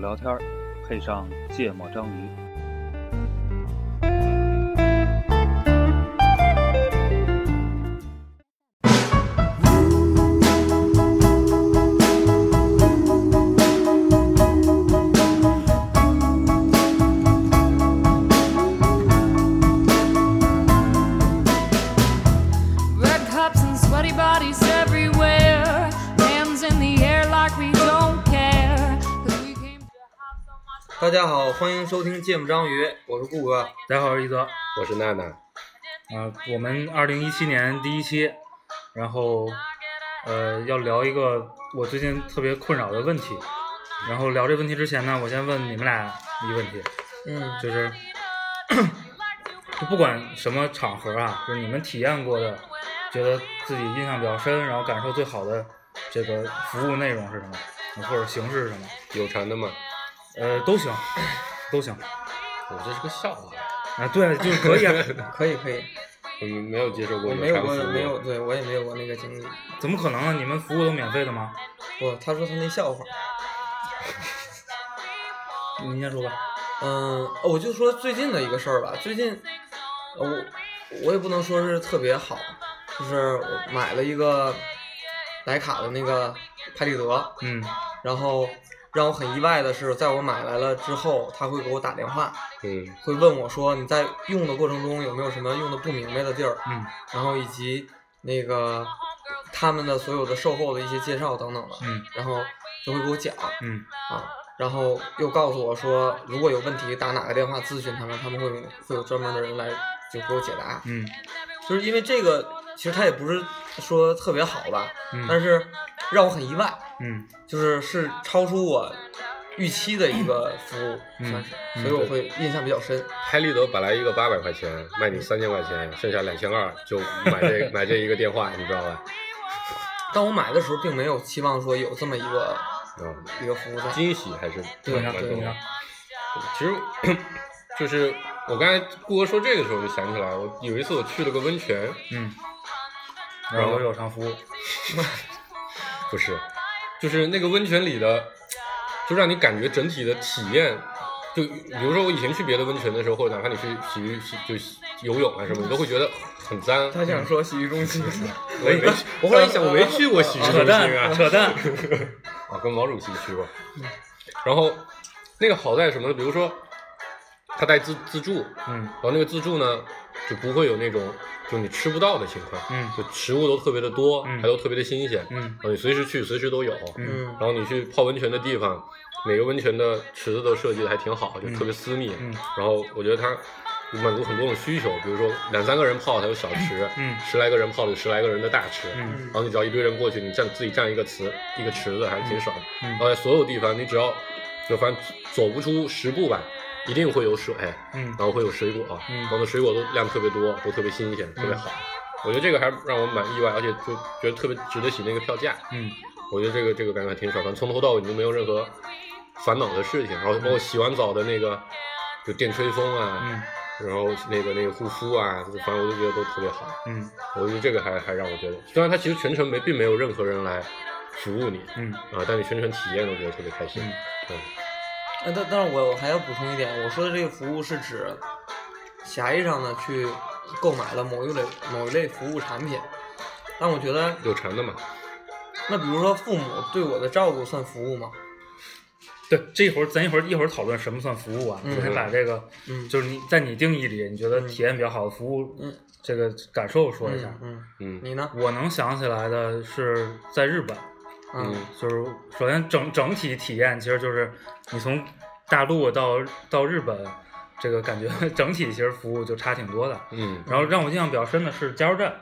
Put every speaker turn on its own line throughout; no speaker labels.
聊天，配上芥末章鱼。
Red cups and sweaty bodies everywhere. Hands in the air like we don't care. 'Cause we came to have so much
大家好，欢迎收听《芥末章鱼》，我是顾哥。
大家好，我是一泽。啊、
我是娜娜，
我们二零一七年第一期，然后呃要聊一个我最近特别困扰的问题。然后聊这问题之前呢，我先问你们俩一个问题，
嗯，
就是 就不管什么场合啊，就是你们体验过的，觉得自己印象比较深，然后感受最好的这个服务内容是什么，或者形式是什么？
有偿的吗？
呃，都行， 都行。
我这是个笑话，
啊，对，就是可以啊。
可以可以，
我们没有接受过
嗯我没有
有偿服
过
务，
没有，对我也没有过那个经历。
怎么可能啊？你们服务都免费的吗？
不，他说他那笑话，
你先说吧。
嗯，我就说最近的一个事儿吧。最近，呃我我也不能说是特别好，就是我买了一个徕卡的那个拍立得，
嗯
然后让我很意外的是，在我买来了之后，他会给我打电话，
嗯，
会问我说你在用的过程中有没有什么用的不明白的地儿，
嗯
然后以及那个他们的所有的售后的一些介绍等等的，
嗯
然后就会给我讲
嗯
啊，然后又告诉我说如果有问题打哪个电话咨询他们，他们会有会有专门的人来就给我解答。
嗯
就是因为这个，其实他也不是说特别好吧，
嗯
但是让我很意外，
嗯
就是是超出我预期的一个服务，
嗯
算是，
嗯
所以我会印象比较深。
拍立得本来一个八百块钱，卖你三千块钱，剩下两千二就买 这买这一个电话，你知道吧？
当我买的时候，并没有期望说有这么一个
嗯，
一个服务在。
惊喜还是
对啊
蛮
对
重要
对
的。其实 就是我刚才顾哥说这个时候，我就想起来，我有一次我去了个温泉，
嗯，然后有偿服务，
不是，就是那个温泉里的，就让你感觉整体的体验，就比如说我以前去别的温泉的时候，或者哪怕你去洗浴洗就洗游泳啊什么，你都会觉得很脏。
他想说洗浴中心，
我也没去，我后来一想，我没去过洗浴中
扯
心
淡
啊，
扯淡。
啊，跟毛主席去过。然后那个好在什么呢？比如说他带自自助，
嗯
然后那个自助呢就不会有那种就你吃不到的情况，
嗯
就食物都特别的多，
嗯
还都特别的新鲜，然
嗯
后你随时去随时都有。
嗯
然， 后你去泡温泉的地方，每个温泉的池子都设计的还挺好，就
嗯
特别私密。
嗯
然后我觉得它满足很多种需求，比如说两三个人泡它有小池，
嗯
十来个人泡的有十来个人的大池，
嗯
然后你只要一堆人过去，你占自己占一个池一个池子还是挺爽的。
嗯
然后在所有地方，你只要就反正走不出十步吧，一定会有水，
嗯
然后会有水果，
嗯
然后那水果都量特别多，都特别新鲜，特别好。我觉得这个还让我蛮意外，而且就觉得特别值得起那个票价。
嗯
我觉得这个这个感觉还挺爽，反正从头到尾你都没有任何烦恼的事情，然后包括洗完澡的那个就电吹风啊，
嗯
然后那个那个护肤啊，反正我都觉得都特别好。
嗯
我觉得这个还还让我觉得，虽然它其实全程没并没有任何人来服务你
嗯
啊，但你全程体验我觉得特别开心
嗯。
对，
呃但但是我我还要补充一点，我说的这个服务是指狭义上的去购买了某一类某一类服务产品，但我觉得
有偿的嘛，
那比如说父母对我的照顾算服务吗？
对，这一会儿咱一会儿一会儿讨论什么算服务啊？
嗯
就先把这个，
嗯，
就是你在你定义里，你觉得体验比较好的服务，
嗯
这个感受说一下
嗯。嗯，
嗯
你呢？
我能想起来的是在日本，
嗯
就是首先整整体体验，其实就是你从大陆到到日本，这个感觉 整体其实服务就差挺多的。
嗯
然后让我印象比较深的是加油站，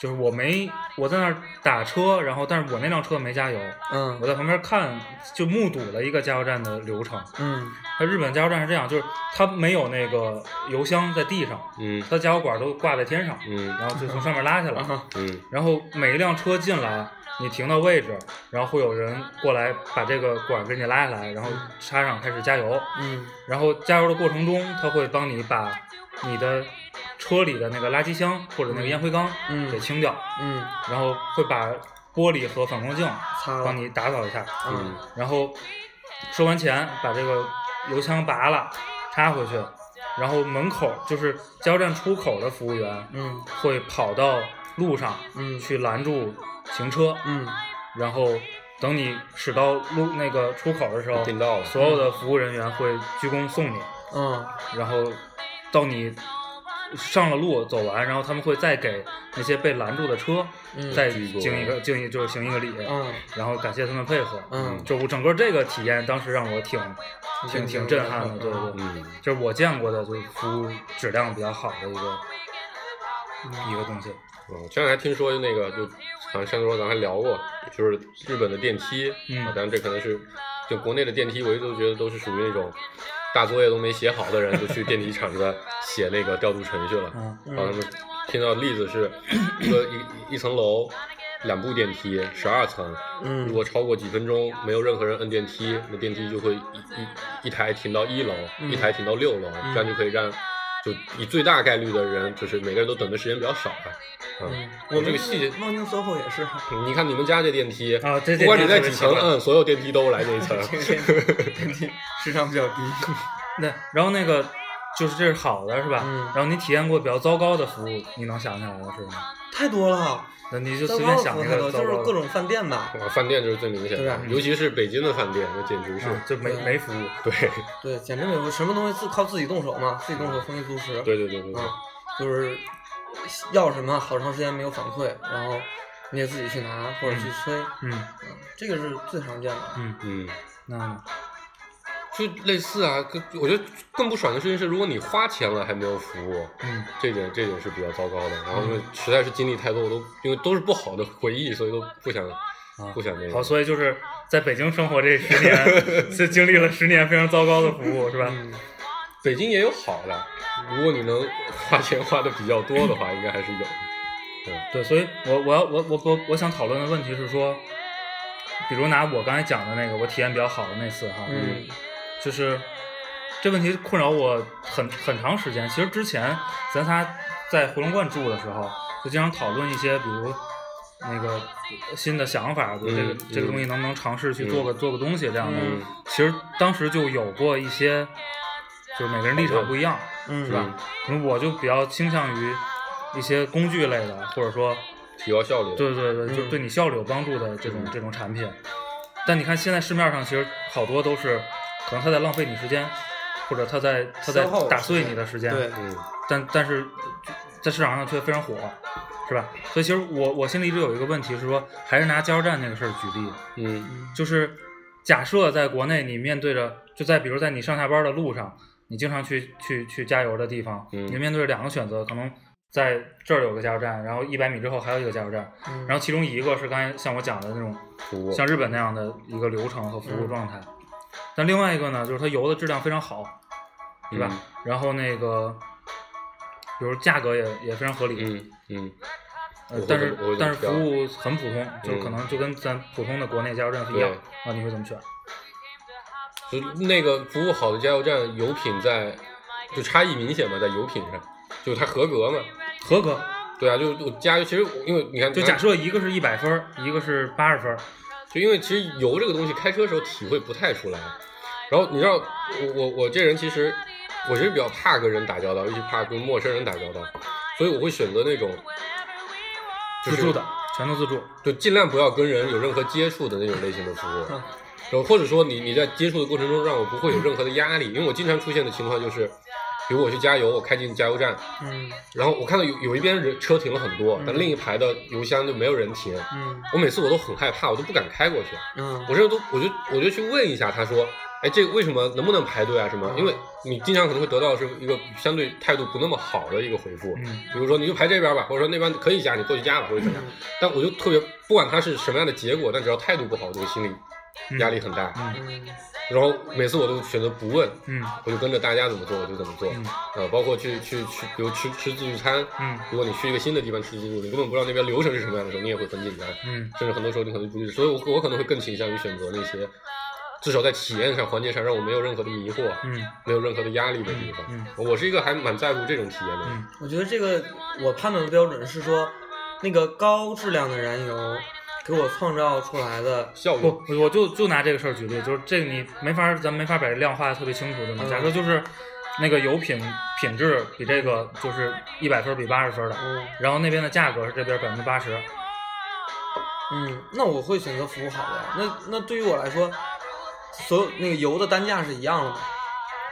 就是我没我在那儿打车，然后但是我那辆车没加油，我
嗯
在旁边看就目睹了一个加油站的流程。
嗯
它日本加油站是这样，就是它没有那个油箱在地上，
嗯
它加油管都挂在天上，
嗯
然后就从上面拉下来。
啊
嗯
然后每一辆车进来，你停到位置，然后会有人过来把这个管给你拉下来，然后插上开始加油。
嗯
然后加油的过程中，他会帮你把你的车里的那个垃圾箱或者那个烟灰缸
嗯
给清掉，
嗯，
然后会把玻璃和反光镜
擦了
帮你打扫一下。
嗯
嗯
然后收完钱把这个油枪拔了，插回去，然后门口就是加油站出口的服务员
嗯
会跑到路上
嗯
去拦住行车，
嗯
然后等你驶到路那个出口的时候，
顶到了，
所有的服务人员会鞠躬送你，
嗯
然后到你上了路走完，然后他们会再给那些被拦住的车
嗯
再
鞠躬
敬一个敬一就是行一个礼，
嗯
然后感谢他们配合。
嗯，
就我整个这个体验，当时让我挺挺挺震撼的，对对对，
嗯，
就是我见过的就是服务质量比较好的一个
嗯
一个东西。
哦，前两天还听说那个，就好像上周咱还聊过，就是日本的电梯，
嗯
啊，当然这可能是就国内的电梯，我一直都觉得都是属于那种大作业都没写好的人，就去电梯厂子写那个调度程序了。
嗯
然后他们听到的例子是一个一一层楼两部电梯，十二层，如
嗯
果超过几分钟没有任何人摁电梯，那电梯就会一一一台停到一楼，
嗯
一台停到六楼，
嗯
这样就可以让就以最大概率的人，就是每个人都等的时间比较少啊。嗯，
嗯，
我这个细节，
望京 SOHO 也是，
嗯你看你们家这电梯
啊这电梯
不管你在几
特
层
别奇怪
摁，所有电梯都来这一层。
这个 电梯时长比 较低。
对，然后那个就是这是好的是吧？
嗯
然后你体验过比较糟糕的服务，你能想起来的是吗？
太多了，
那你就
糟
随
糕
便
的
想
服务
一
太
个
多，
糟
就
糕
是
的
各种饭店吧。
啊，饭店就是最明显
对
的
啊，
尤其是北京的饭店，那简直是
嗯，就没没服务。
对
对，简直没有什么东西自靠自己动手嘛，自己动手丰衣足食。
对对对对对
啊，就是要什么好长时间没有反馈，然后你也自己去拿或者去催，
嗯
嗯这个是最常见的。
嗯，
嗯。
那
就类似啊，更我觉得更不爽的事情是，如果你花钱了还没有服务，
嗯
这点这点是比较糟糕的。然后因为实在是经历太多，我都因为都是不好的回忆，所以都不想
啊
不想那个。
好，所以就是在北京生活这十年，是经历了十年非常糟糕的服务，是吧？
嗯，
北京也有好的，如果你能花钱花的比较多的话，应该还是有。
对，所以我我要我我我我想讨论的问题是说，比如拿我刚才讲的那个我体验比较好的那次哈，
嗯
就是这问题困扰我很很长时间。其实之前咱仨在回龙观住的时候，就经常讨论一些，比如那个新的想法，比如这个、
嗯
这个
嗯
东西能不能尝试去做个、做个东西这样的。
嗯
其实当时就有过一些，就是每个人立场不一样，
嗯
是吧？可能我就比较倾向于一些工具类的，或者说
提高效率。
对对对，就
嗯
对你效率有帮助的这种、
嗯
这种产品。但你看现在市面上其实好多都是，可能他在浪费你时间，或者他在他在
消耗我
打
时间
碎你的时间。
对，
嗯，
但但是就在市场上却非常火，是吧？所以其实我我心里一直有一个问题是说，还是拿加油站那个事儿举例，
嗯
就是假设在国内你面对着，就在比如在你上下班的路上，你经常去去去加油的地方，
嗯
你面对着两个选择，可能在这儿有个加油站，然后一百米之后还有一个加油站，
嗯
然后其中一个是刚才像我讲的那种
服务。
像日本那样的一个流程和服
嗯
务状态，但另外一个呢，就是它油的质量非常好，是吧？
嗯
然后那个，比如价格也也非常合理，
嗯嗯
呃
我会
但
怎
是
么我会怎
但是
么
服
挑
务很普通，就是
嗯
可能就跟咱普通的国内加油站是一样
对
啊，你会怎么选？
就那个服务好的加油站，油品在就差异明显嘛，在油品上，就它合格嘛。
合格。
对啊，就我加油，其实我因为你看，
就
你看
假设一个是一百分儿，一个是八十分儿，
就因为其实油这个东西开车的时候体会不太出来。然后你知道，我我我这人其实我是比较怕跟人打交道，尤其怕跟陌生人打交道，所以我会选择那种就
自
是
助的，全都自助。
就尽量不要跟人有任何接触的那种类型的服务
嗯。
然后或者说你你在接触的过程中，让我不会有任何的压力，因为我经常出现的情况就是，比如我去加油，我开进加油站，
嗯
然后我看到有有一边人车停了很多，但
嗯
另一排的油箱就没有人停，
嗯
我每次我都很害怕，我都不敢开过去。
嗯
我这都，我就我就去问一下，他说，哎，这个为什么能不能排队啊？什么？因为你经常可能会得到是一个相对态度不那么好的一个回复，
嗯
比如说你就排这边吧，或者说那边可以加，你过去加吧，或者怎么样。但我就特别不管他是什么样的结果，但只要态度不好，我就心里压力很大。
嗯
嗯
然后每次我都选择不问，
嗯
我就跟着大家怎么做我就怎么做，
嗯
呃，包括去去去，比如吃吃自助餐，
嗯
如果你去一个新的地方吃自助，你根本不知道那边流程是什么样的时候，你也会很紧张。
嗯
甚至很多时候你可能不是，所以我我可能会更倾向于选择那些，至少在体验上、环节上让我没有任何的迷惑，
嗯
没有任何的压力的地方。
嗯
我是一个还蛮在乎这种体验的人。
嗯
我觉得这个我判断的标准是说，那个高质量的燃油给我创造出来的
效用
不，我我就就拿这个事儿举例，就是这个你没法，咱没法把这量化的特别清楚，对吗？
嗯
假设就是那个油品品质比这个就是一百分儿比八十分儿的，
嗯
然后那边的价格是这边百分之八十，
嗯，那我会选择服务好的呀。那那对于我来说，所有那个油的单价是一样的嘛，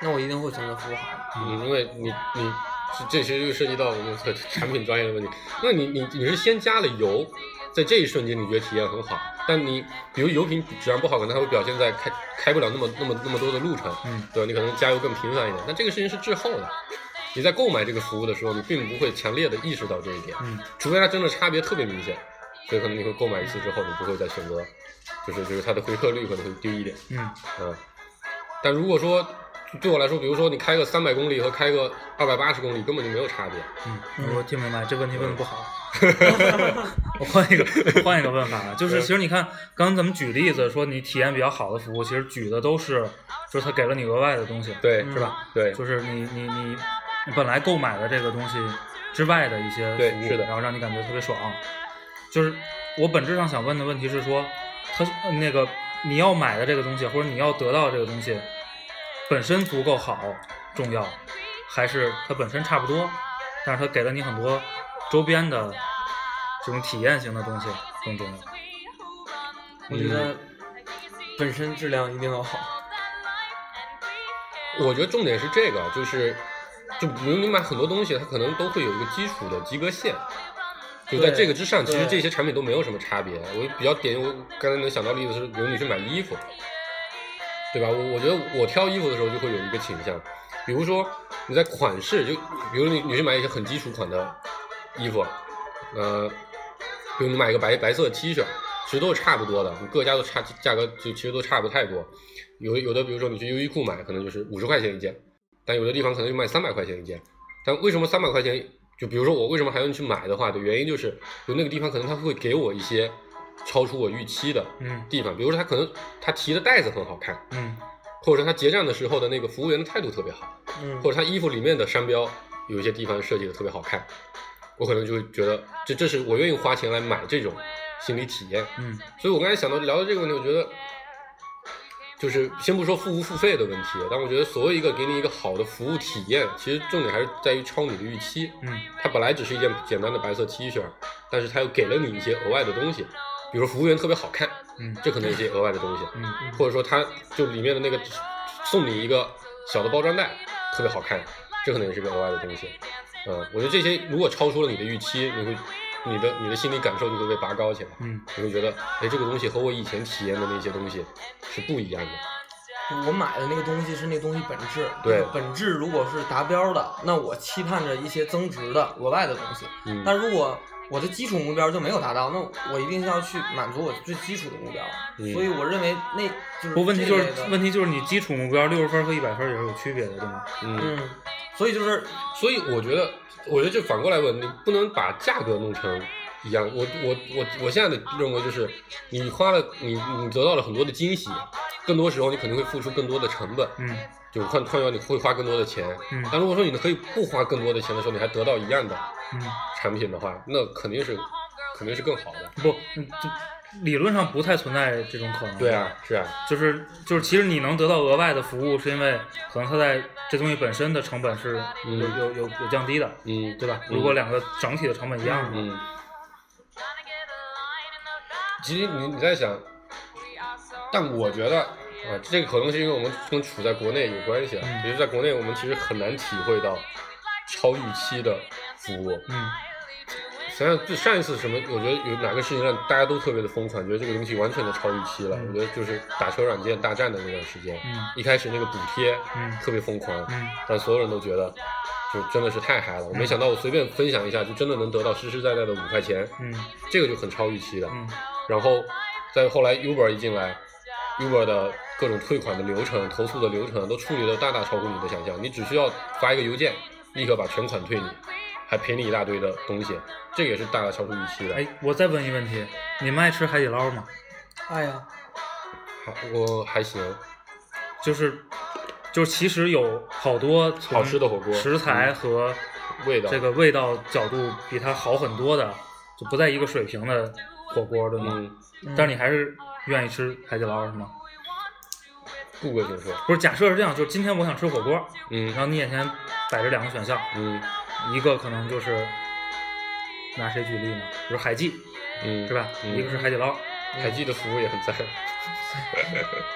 那我一定会选择服务好的。
你因为你你这这其实就涉及到我们的产品专业的问题。因为你你你是先加了油，在这一瞬间你觉得体验很好，但你比如油品质量不好，可能它会表现在开开不了那么那么那么多的路程，
嗯，
对吧？你可能加油更频繁一点。那这个事情是滞后的，你在购买这个服务的时候，你并不会强烈的意识到这一点，
嗯，
除非它真的差别特别明显，所以可能你会购买一次之后，你不会再选择，就是就是它的回客率可能会低一点。
嗯，
嗯，但如果说对我来说，比如说你开个三百公里和开个二百八十公里根本就没有差别，
嗯，我听明白，这问题问的不好。我换一个，我换一个问法吧，就是其实你看，刚刚咱们举例子说你体验比较好的服务，其实举的都是，就是他给了你额外的东西，
对，
是吧？
对，
就是你你你你本来购买的这个东西之外的一些
对
服务，
是的
然后让你感觉特别爽。就是我本质上想问的问题是说，它呃那个你要买的这个东西，或者你要得到这个东西，本身足够好重要，还是它本身差不多，但是它给了你很多周边的这种体验型的东西更重要？
我觉
嗯
得本身质量一定要好。
我觉得重点是这个，就是就比如你买很多东西，它可能都会有一个基础的及格线。就在
对
这个之上，其实
对
这些产品都没有什么差别。我比较点，我刚才能想到的例子是，比如你去买衣服，对吧？我我觉得我挑衣服的时候就会有一个倾向，比如说你在款式，就比如你你去买一些很基础款的衣服，呃，比如你买一个白白色的 T 恤，其实都是差不多的，你各家都差价格就其实都差不太多。有有的比如说你去优衣库买，可能就是五十块钱一件，但有的地方可能就卖三百块钱一件。但为什么三百块钱？就比如说我为什么还要去买的话的原因就是，有那个地方可能他会给我一些超出我预期的
嗯
地方，比如说他可能他提的袋子很好看，
嗯
或者说他结账的时候的那个服务员的态度特别好，
嗯
或者他衣服里面的商标有一些地方设计的特别好看，我可能就会觉得这这是我愿意花钱来买这种心理体验。
嗯
所以我刚才想到聊到这个问题，我觉得就是先不说付不付费的问题，但我觉得所谓一个给你一个好的服务体验，其实重点还是在于超你的预期。
嗯
它本来只是一件简单的白色 T 恤，但是它又给了你一些额外的东西，比如服务员特别好看，
嗯
这可能一些额外的东西，
嗯
或者说它就里面的那个送你一个小的包装袋，特别好看，这可能也是个额外的东西。嗯，我觉得这些如果超出了你的预期，你会你的你的心理感受就会被拔高起来，
嗯
你会觉得，哎，这个东西和我以前体验的那些东西是不一样的。
我买的那个东西是那东西本质，
对
那个本质如果是达标的，那我期盼着一些增值的额外的东西。
嗯，
但如果我的基础目标就没有达到，那我一定要去满足我最基础的目标。
嗯
所以我认为那就是
不，问题就是
这类的
问题就是你基础目标六十分和一百分也是有区别的，对吗？
嗯，
嗯，所以就是
所以我觉得，我觉得这反过来问，你不能把价格弄成一样。我我我我现在的认为就是，你花了你你得到了很多的惊喜，更多时候你肯定会付出更多的成本，
嗯
就换换句话，你会花更多的钱。
嗯
但如果说你可以不花更多的钱的时候，你还得到一样的
嗯。
产品的话，那肯定是肯定是更好的。
不，嗯就理论上不太存在这种可能。
对，啊，是啊，
就是就是，其实你能得到额外的服务，是因为可能它在这东西本身的成本是有、
嗯
有有有降低的，
嗯，
对吧？
嗯
如果两个整体的成本一样的，
嗯。其实你你在想，但我觉得啊，这个可能是因为我们跟处在国内有关系啊。
嗯
其实，在国内我们其实很难体会到超预期的服务。
嗯
想想就上一次什么，我觉得有哪个事情让大家都特别的疯狂，觉得这个东西完全的超预期了。
嗯
我觉得就是打车软件大战的那段时间，
嗯
一开始那个补贴
嗯
特别疯狂，
嗯
但所有人都觉得就真的是太嗨了。我没
嗯
想到我随便分享一下，就真的能得到实实在在的五块钱，
嗯
这个就很超预期的。
嗯
然后再后来 Uber 一进来，Uber 的各种退款的流程、投诉的流程都处理的大大超过你的想象，你只需要发一个邮件，立刻把全款退你，还赔你一大堆的东西，这个也是大大超出预期的。
哎，我再问一个问题，你们爱吃海底捞吗？
哎呀，
还，我还行，
就是就是，其实有好多从
好吃的火锅
食材
嗯
和
味道
这个味道角度比它好很多的，就不在一个水平的火锅，对吗？
嗯，
嗯
但是你还是愿意吃海底捞是吗？
不规矩说，
不是，假设是这样，就是今天我想吃火锅，然
嗯
后你眼前摆着两个选项，
嗯
一个可能就是拿谁举例呢？比如海记
嗯，
是吧？
嗯
一个是海底捞，
海记的服务也 很赞，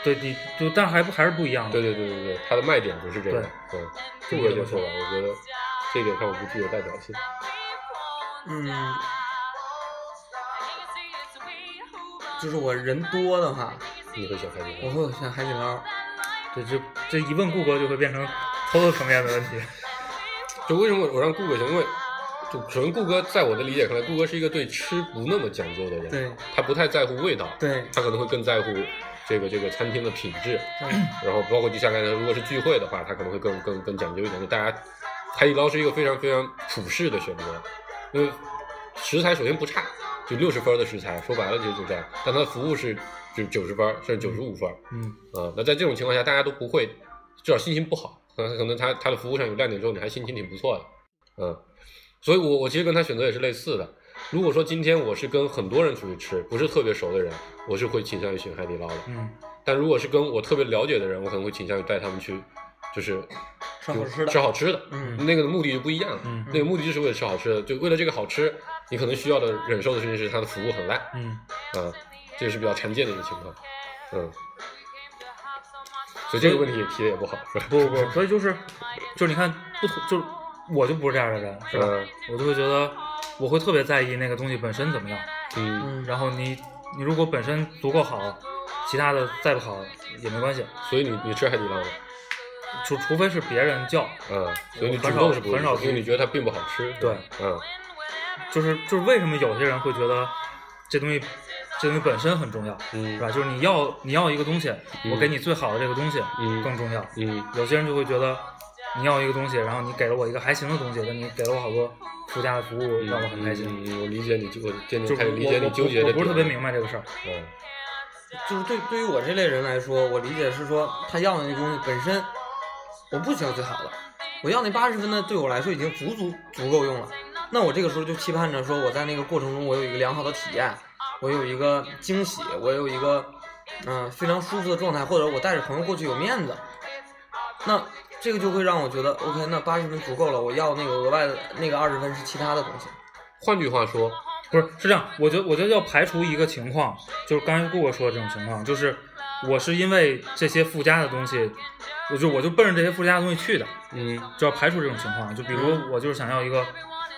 对，你就但还不还是不一样的。
对对对对对，它的卖点就是这个，嗯对，不规矩说吧，我觉得这一点上我不具有代表性，
嗯，就是我人多的话，
你会选海底
我
捞？
会选海底捞。
对，这这一问顾客就会变成操作层面的问题。
就为什么我让顾哥选？因为就首先顾哥在我的理解看来，顾哥是一个对吃不那么讲究的人，
对
他不太在乎味道，
对
他可能会更在乎这个这个餐厅的品质，
对，
然后包括就像刚才，如果是聚会的话，他可能会更更更讲究一点，就大家海底捞是一个非常非常普世的选择，因为食材首先不差，就六十分的食材，说白了就是就这样，但它的服务是就九十分甚至九十五分
嗯，
啊、那在这种情况下，大家都不会，至少心情不好，可能可能他他的服务上有亮点之后，你还心情挺不错的，嗯，所以我我其实跟他选择也是类似的。如果说今天我是跟很多人出去吃，不是特别熟的人，我是会倾向于选海底捞的。
嗯，
但如果是跟我特别了解的人，我可能会倾向于带他们去，就是
吃好吃的。
吃好吃的，
嗯，
那个的目的就不一样了。
嗯
那个目的就是为了吃好吃的，就为了这个好吃，你可能需要的忍受的事情是它的服务很烂，
嗯，
啊，这是比较常见的一个情况，嗯。所以这个问题也提的也不好，是吧？
不不不，所以 就是就是你看不同，就是我就不是这样的人，是吧？
嗯
我就会觉得我会特别在意那个东西本身怎么样。
嗯，
嗯，
然后你你如果本身足够好，其他的再不好也没关系，
所以你你吃海底捞吗？
除除非是别人叫，
嗯，所以你
我
主
很少
动是不会
很少
吃，因为你觉得它并不好吃。
对，
嗯
就是就是为什么有些人会觉得这东西这东西本身很重要，
嗯，
是吧？就是你要你要一个东西，
嗯
我给你最好的这个东西
嗯
更重要。
嗯
有些人就会觉得你要一个东西，然后你给了我一个还行的东西，但你给了我好多附加的服务，
嗯，
让我很开心。
嗯，嗯我理解你，我渐
就
渐
是
开
我
始理解
我
你
我
纠结的
我不是特别
点
明白这个事儿。
嗯
就是对对于我这类人来说，我理解是说他要的那东西本身，我不需要最好的，我要那八十分的对我来说已经足足足够用了。那我这个时候就期盼着说我在那个过程中我有一个良好的体验，我有一个惊喜，我有一个嗯、非常舒服的状态，或者我带着朋友过去有面子。那这个就会让我觉得 OK，那八十分足够了，我要那个额外的那个二十分是其他的东西。
换句话说，
不是，是这样，我觉得我觉得要排除一个情况，就是刚才顾哥说的这种情况，就是我是因为这些附加的东西，我就我就奔着这些附加的东西去的，
嗯
就要排除这种情况。就比如我就是想要一个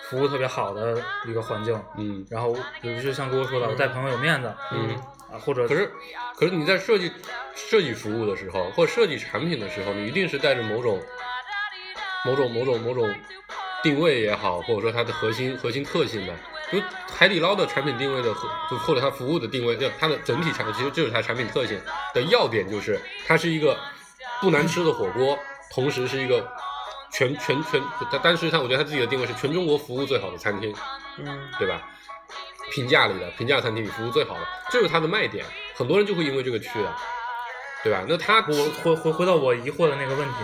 服务特别好的一个环境，
嗯，
然后比如就像顾哥说的，我带朋友有面子，
嗯
啊，或者
可是，可是你在设计设计服务的时候，或者设计产品的时候，你一定是带着某种、某种、某种、某种定位也好，或者说它的核心核心特性的。就海底捞的产品定位的，和就或者它服务的定位，就它的整体产品，其实就是它产品特性的要点，就是它是一个不难吃的火锅，同时是一个全全全，它但是它我觉得它自己的定位是全中国服务最好的餐厅。
嗯
对吧？平价里的平价餐厅里服务最好的，这是它的卖点，很多人就会因为这个去的，对吧？那他
我回回回到我疑惑的那个问题，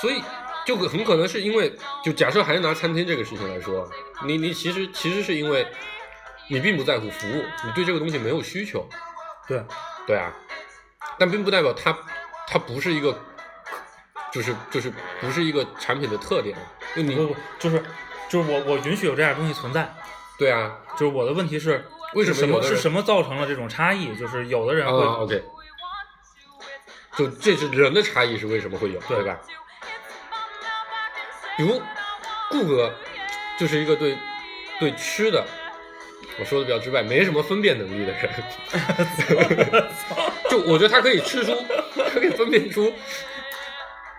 所以就很可能是因为，就假设还是拿餐厅这个事情来说，你你其实其实是因为你并不在乎服务，你对这个东西没有需求，
对，
对啊，但并不代表它它不是一个，就是就是不是一个产品的特点，就
不
你
不就是就是我我允许有这样的东西存在，
对啊，
就是我的问题是
为什么
是什
有
么
的
是
人
什么造成了这种差异？就是有的人
啊
会、
，OK，就这是人的差异是为什么会有，
对
对吧？比如顾哥就是一个对对吃的，我说的比较直白，没什么分辨能力的人。 就我觉得他可以吃出，他可以分辨出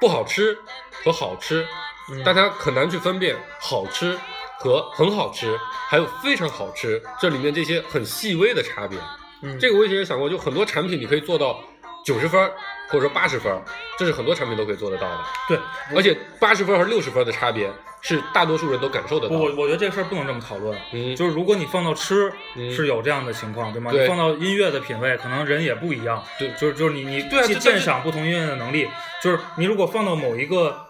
不好吃和好吃，
嗯，
但他很难去分辨好吃和很好吃，还有非常好吃这里面这些很细微的差别。
嗯
这个我以前也想过，就很多产品你可以做到九十分儿或者说八十分儿，这是很多产品都可以做得到的。
对，
而且八十分和六十分的差别是大多数人都感受得
我
到
我
的。
我觉得这个事儿不能这么讨论。
嗯，
就是如果你放到吃，
嗯
是有这样的情况，对吗？
对
你放到音乐的品味，可能人也不一样。
对
就是就是你你
对啊
鉴
这这
鉴赏不同音乐的能力，就是你如果放到某一个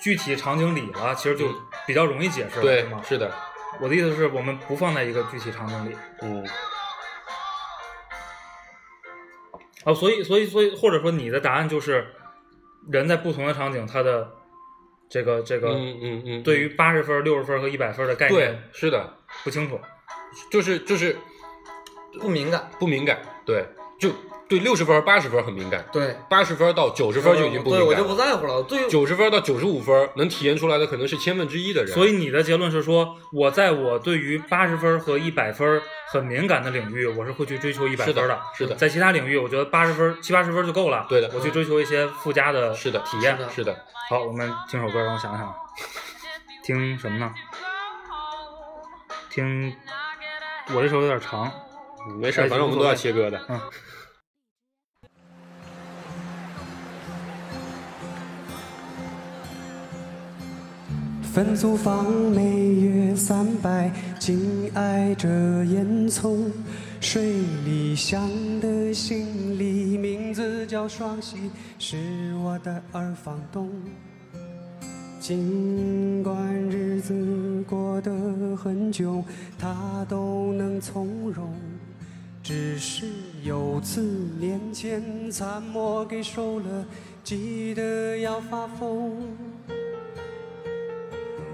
具体场景里了，其实就
嗯
比较容易解释了，
对
吗，？
是的，
我的意思是我们不放在一个具体场景里，
嗯，
啊，所以所以所以，或者说你的答案就是，人在不同的场景，他的这个这个、
嗯嗯嗯，
对于八十分、六十分和一百分的概
对
念
是的，
不清楚。
就是就是
不敏感。
不敏感，对，就对六十分、八十分很敏感，
对，
八十分到九十分就已经不
对
敏感
我
了，
就不在乎了。对，
九十分到九十五分能体验出来的可能是千分之一的人，
所以你的结论是说，我在我对于八十分和一百分很敏感的领域，我是会去追求一百
是
分嗯
的是的
在其他领域，我觉得八十分、七八十分就够了。
对的
我去追求一些附加的
是的
体验
是。的
是的，
好，我们听首歌，让我想想，听什么呢？听我这首有点长，
没事，
哎
反正我们都要切割的。
嗯。
分租房每月三百，紧挨着烟囱，水里香的行李，名字叫双喜，是我的二房东。尽管日子过得很久，他都能从容。只是有次年前残墨给收了，急得要发疯。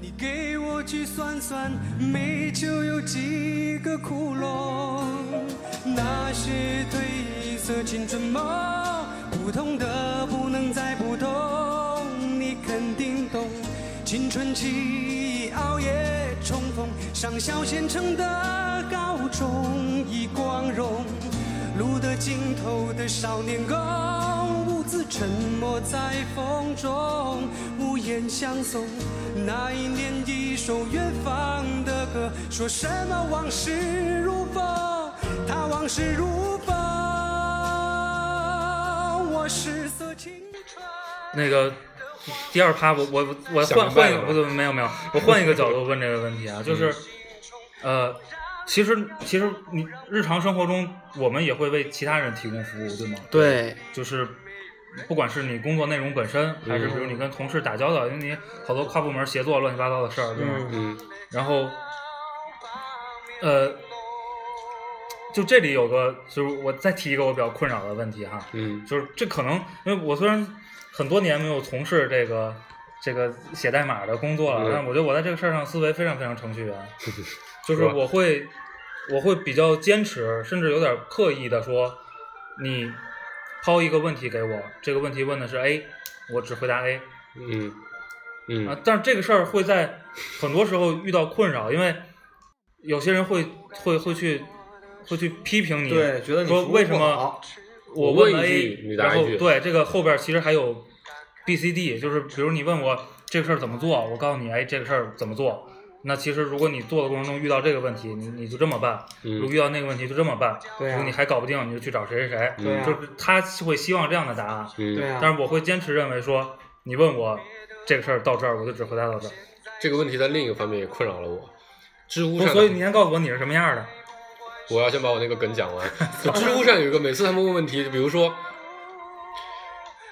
你给我去算算，煤球有几个窟窿？”那些褪色青春梦，普通的不能再普通，你肯定懂。青春期熬夜冲锋，上小县城的高中已光荣。路的尽头的少年宫，独自沉默在风中，无言相送。那一年，一首远方的歌，说什么往事如风，他往事如风，我失色青春。
那个第二趴我，我我我
想
换
明白
换一个，
了
不没有没有，我换一个角度问这个问题啊，就是、
嗯
呃，其实其实你日常生活中，我们也会为其他人提供服务，对吗？
对，
就是不管是你工作内容本身，还是比如你跟同事打交道，因为你好多跨部门协作乱七八糟的事儿，对吗？
嗯，
然后，呃，就这里有个，就是我再提一个我比较困扰的问题哈，
嗯
就是这可能，因为我虽然很多年没有从事这个这个写代码的工作了，
嗯
但我觉得我在这个事儿上思维非常非常程序员，就是
是吧
我会我会比较坚持，甚至有点刻意的说，你抛一个问题给我，这个问题问的是 A，我只回答 A
嗯
啊、
嗯，
但是这个事儿会在很多时候遇到困扰，因为有些人会会会去会去批评你，
对，觉得你
说
服务
为什
不
么
好
我
问
了
一
A，
句你答
然
一
后
句
对这个后边其实还有 B、C、D，就是比如你问我这个事儿怎么做，我告诉你，哎，这个事儿怎么做。那其实如果你做的过程中遇到这个问题，你你就这么办；
嗯
如果遇到那个问题就这么办。
对啊
如果你还搞不定，你就去找谁谁谁。
对啊
就是他会希望这样的答案，
嗯
对啊，
但是我会坚持认为说，你问我这个事儿到这儿，我就只回答到这儿。
这个问题在另一个方面也困扰了我。知乎
不
上的，啊
所以你先告诉我你是什么样的。
我要先把我那个梗讲 完。就知乎上有一个，每次他们问问题，比如说，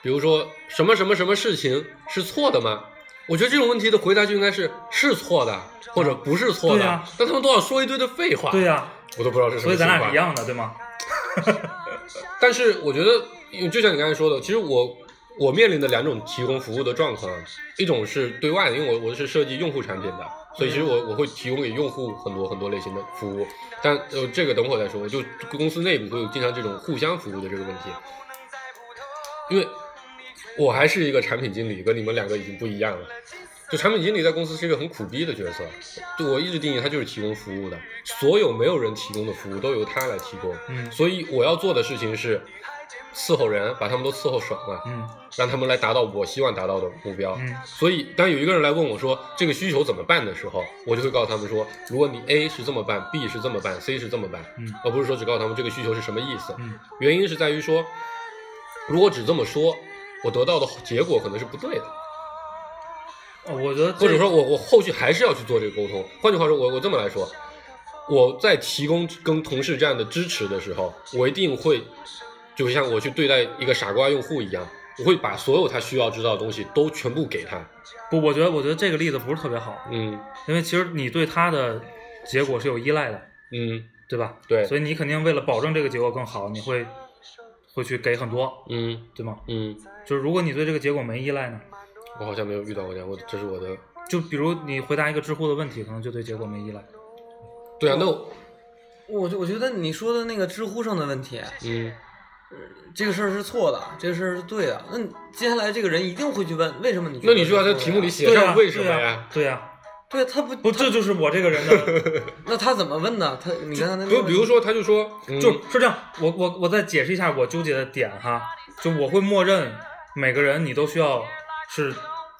比如说什么什么什么事情是错的吗？我觉得这种问题的回答就应该是是错的，或者不是错的。
对啊
但他们都要说一堆的废话。
对呀、
我都不知道是什
所
么
以
情
咱
况。
俩是一样的，对吗？
但是我觉得，因为就像你刚才说的，其实我我面临的两种提供服务的状况，一种是对外的，因为我我是设计用户产品的，所以其实我我会提供给用户很多很多类型的服务。但呃，这个等会儿再说。我就公司内部会有经常这种互相服务的这个问题，因为我还是一个产品经理，跟你们两个已经不一样了。就产品经理在公司是一个很苦逼的角色，就我一直定义他就是提供服务的，所有没有人提供的服务都由他来提供。
嗯
所以我要做的事情是伺候人，把他们都伺候爽了，
嗯
让他们来达到我希望达到的目标。
嗯
所以，当有一个人来问我说这个需求怎么办的时候，我就会告诉他们说，如果你 A 是这么办，B 是这么办，C 是这么办，
嗯
而不是说只告诉他们这个需求是什么意思。
嗯
原因是在于说，如果只这么说，我得到的结果可能是不对的。
呃我觉得这
或者说我我后续还是要去做这个沟通。换句话说，我我这么来说，我在提供跟同事这样的支持的时候，我一定会，就像我去对待一个傻瓜用户一样，我会把所有他需要知道的东西都全部给他。
不，我觉得我觉得这个例子不是特别好，
嗯
因为其实你对他的结果是有依赖的，
嗯
对吧？
对
所以你肯定为了保证这个结果更好，你会会去给很多，
嗯
对吗？
嗯，
就是如果你对这个结果没依赖呢，
我好像没有遇到过这样，我这是我的。
就比如你回答一个知乎的问题，可能就对结果没依赖。
对啊，那我
我就我觉得你说的那个知乎上的问题，
嗯
这个事儿是错的，这个事儿是对的。那你接下来这个人一定会去问为什么你觉
那
得
你
是
就
错
要
的呀？
在题目里写
对呀、啊
上为什么
对呀、
呀？
对呀、
对他不
不，这就是我这个人的，
那他怎么问呢？他你看他那
就比如说，他就说，嗯
啊就是是这样。我我我再解释一下我纠结的点哈，就我会默认每个人你都需要是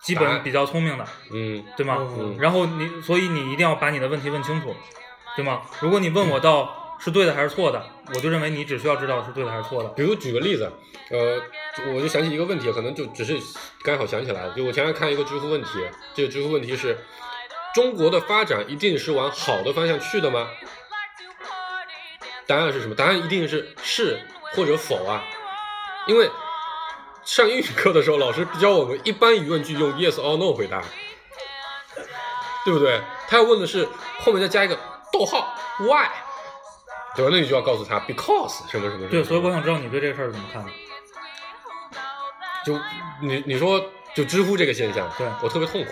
基
答
本
案
比较聪明的，
嗯
对吗？
嗯
然后你，所以你一定要把你的问题问清楚，对吗？如果你问我到是对的还是错的，我就认为你只需要知道是对的还是错的。
比如举个例子，呃，我就想起一个问题，可能就只是刚好想起来了。就我前两天看一个知乎问题，这个知乎问题是：中国的发展一定是往好的方向去的吗？答案是什么？答案一定是是或者否啊，因为上英语课的时候，老师教我们一般疑问句用 yes or no 回答，对不对？他要问的是后面再加一个逗号 why，对吧？那你就要告诉他 because 什么什么什么。
对，所以我想知道你对这个事儿是怎么看的。
就你你说就知乎这个现象，
对
我特别痛苦。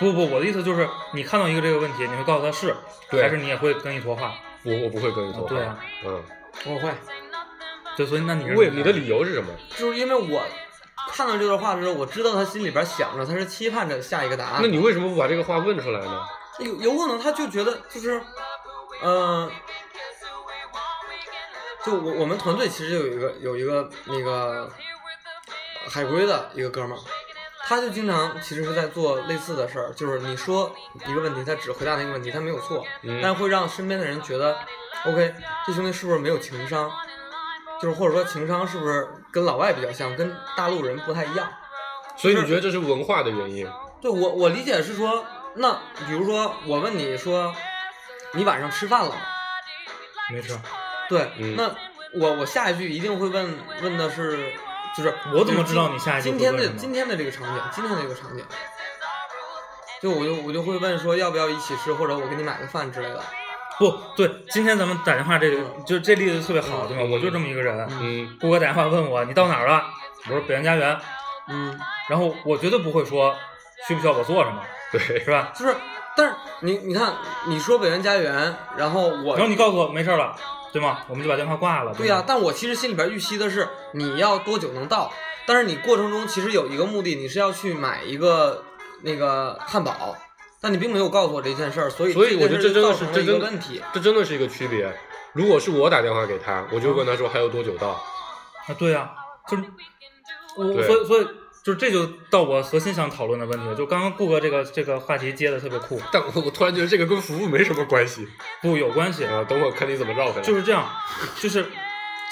不不，我的意思就是，你看到一个这个问题，你会告诉他是，
对
还是你也会跟一坨话？
我我不会跟你说
啊
话，
对啊
嗯，
我会，
对，所以那你是
为
怎么
你的
看
理由是什么？
就是因为我看到这段话的时候，我知道他心里边想着，他是期盼着下一个答案。
那你为什么不把这个话问出来呢？
有有可能他就觉得就是，呃，就我我们团队其实有一个有一个那个海归的一个哥们儿，他就经常其实是在做类似的事儿，就是你说一个问题，他只回答那个问题，他没有错，
嗯
但会让身边的人觉得，OK，这兄弟是不是没有情商？就是或者说情商是不是跟老外比较像，跟大陆人不太一样？
所以你觉得这是文化的原因？
对我我理解是说，那比如说我问你说，你晚上吃饭了吗？
没事，
对，
嗯
那我我下一句一定会问问的是，就是
我怎么知道你下一句
今
会
天
问
的
什么
今天的这个场景，今天的这个场景，就我就我就会问说要不要一起吃，或者我给你买个饭之类的。
不对，今天咱们打电话这个，就这例子特别好，对吗？
嗯
我就这么一个人，
嗯
顾哥打电话问我你到哪儿了，我说北苑家园，
嗯，
然后我绝对不会说需不需要我做什么，
对
是吧？
就是，但是你你看，你说北园家园，然后我
然后你告诉我没事了，对吗？我们就把电话挂了。
对呀、
呀、
嗯
但我其实心里边预期的是你要多久能到，但是你过程中其实有一个目的，你是要去买一个那个汉堡，但你并没有告诉我这件事儿，所以
所以我觉得
这
这
件
真
事
的
儿就造成
是这
了一个
真
问题。
这真的是一个区别。如果是我打电话给他，我就问他说还有多久到？
啊，对呀、就是我，
对
所以所以就是这就到我核心想讨论的问题了。就刚刚顾哥这个这个话题接的特别酷，
但我我突然觉得这个跟服务没什么关系
不有关系，
啊！等会儿看你怎么绕回来。
就是这样，就是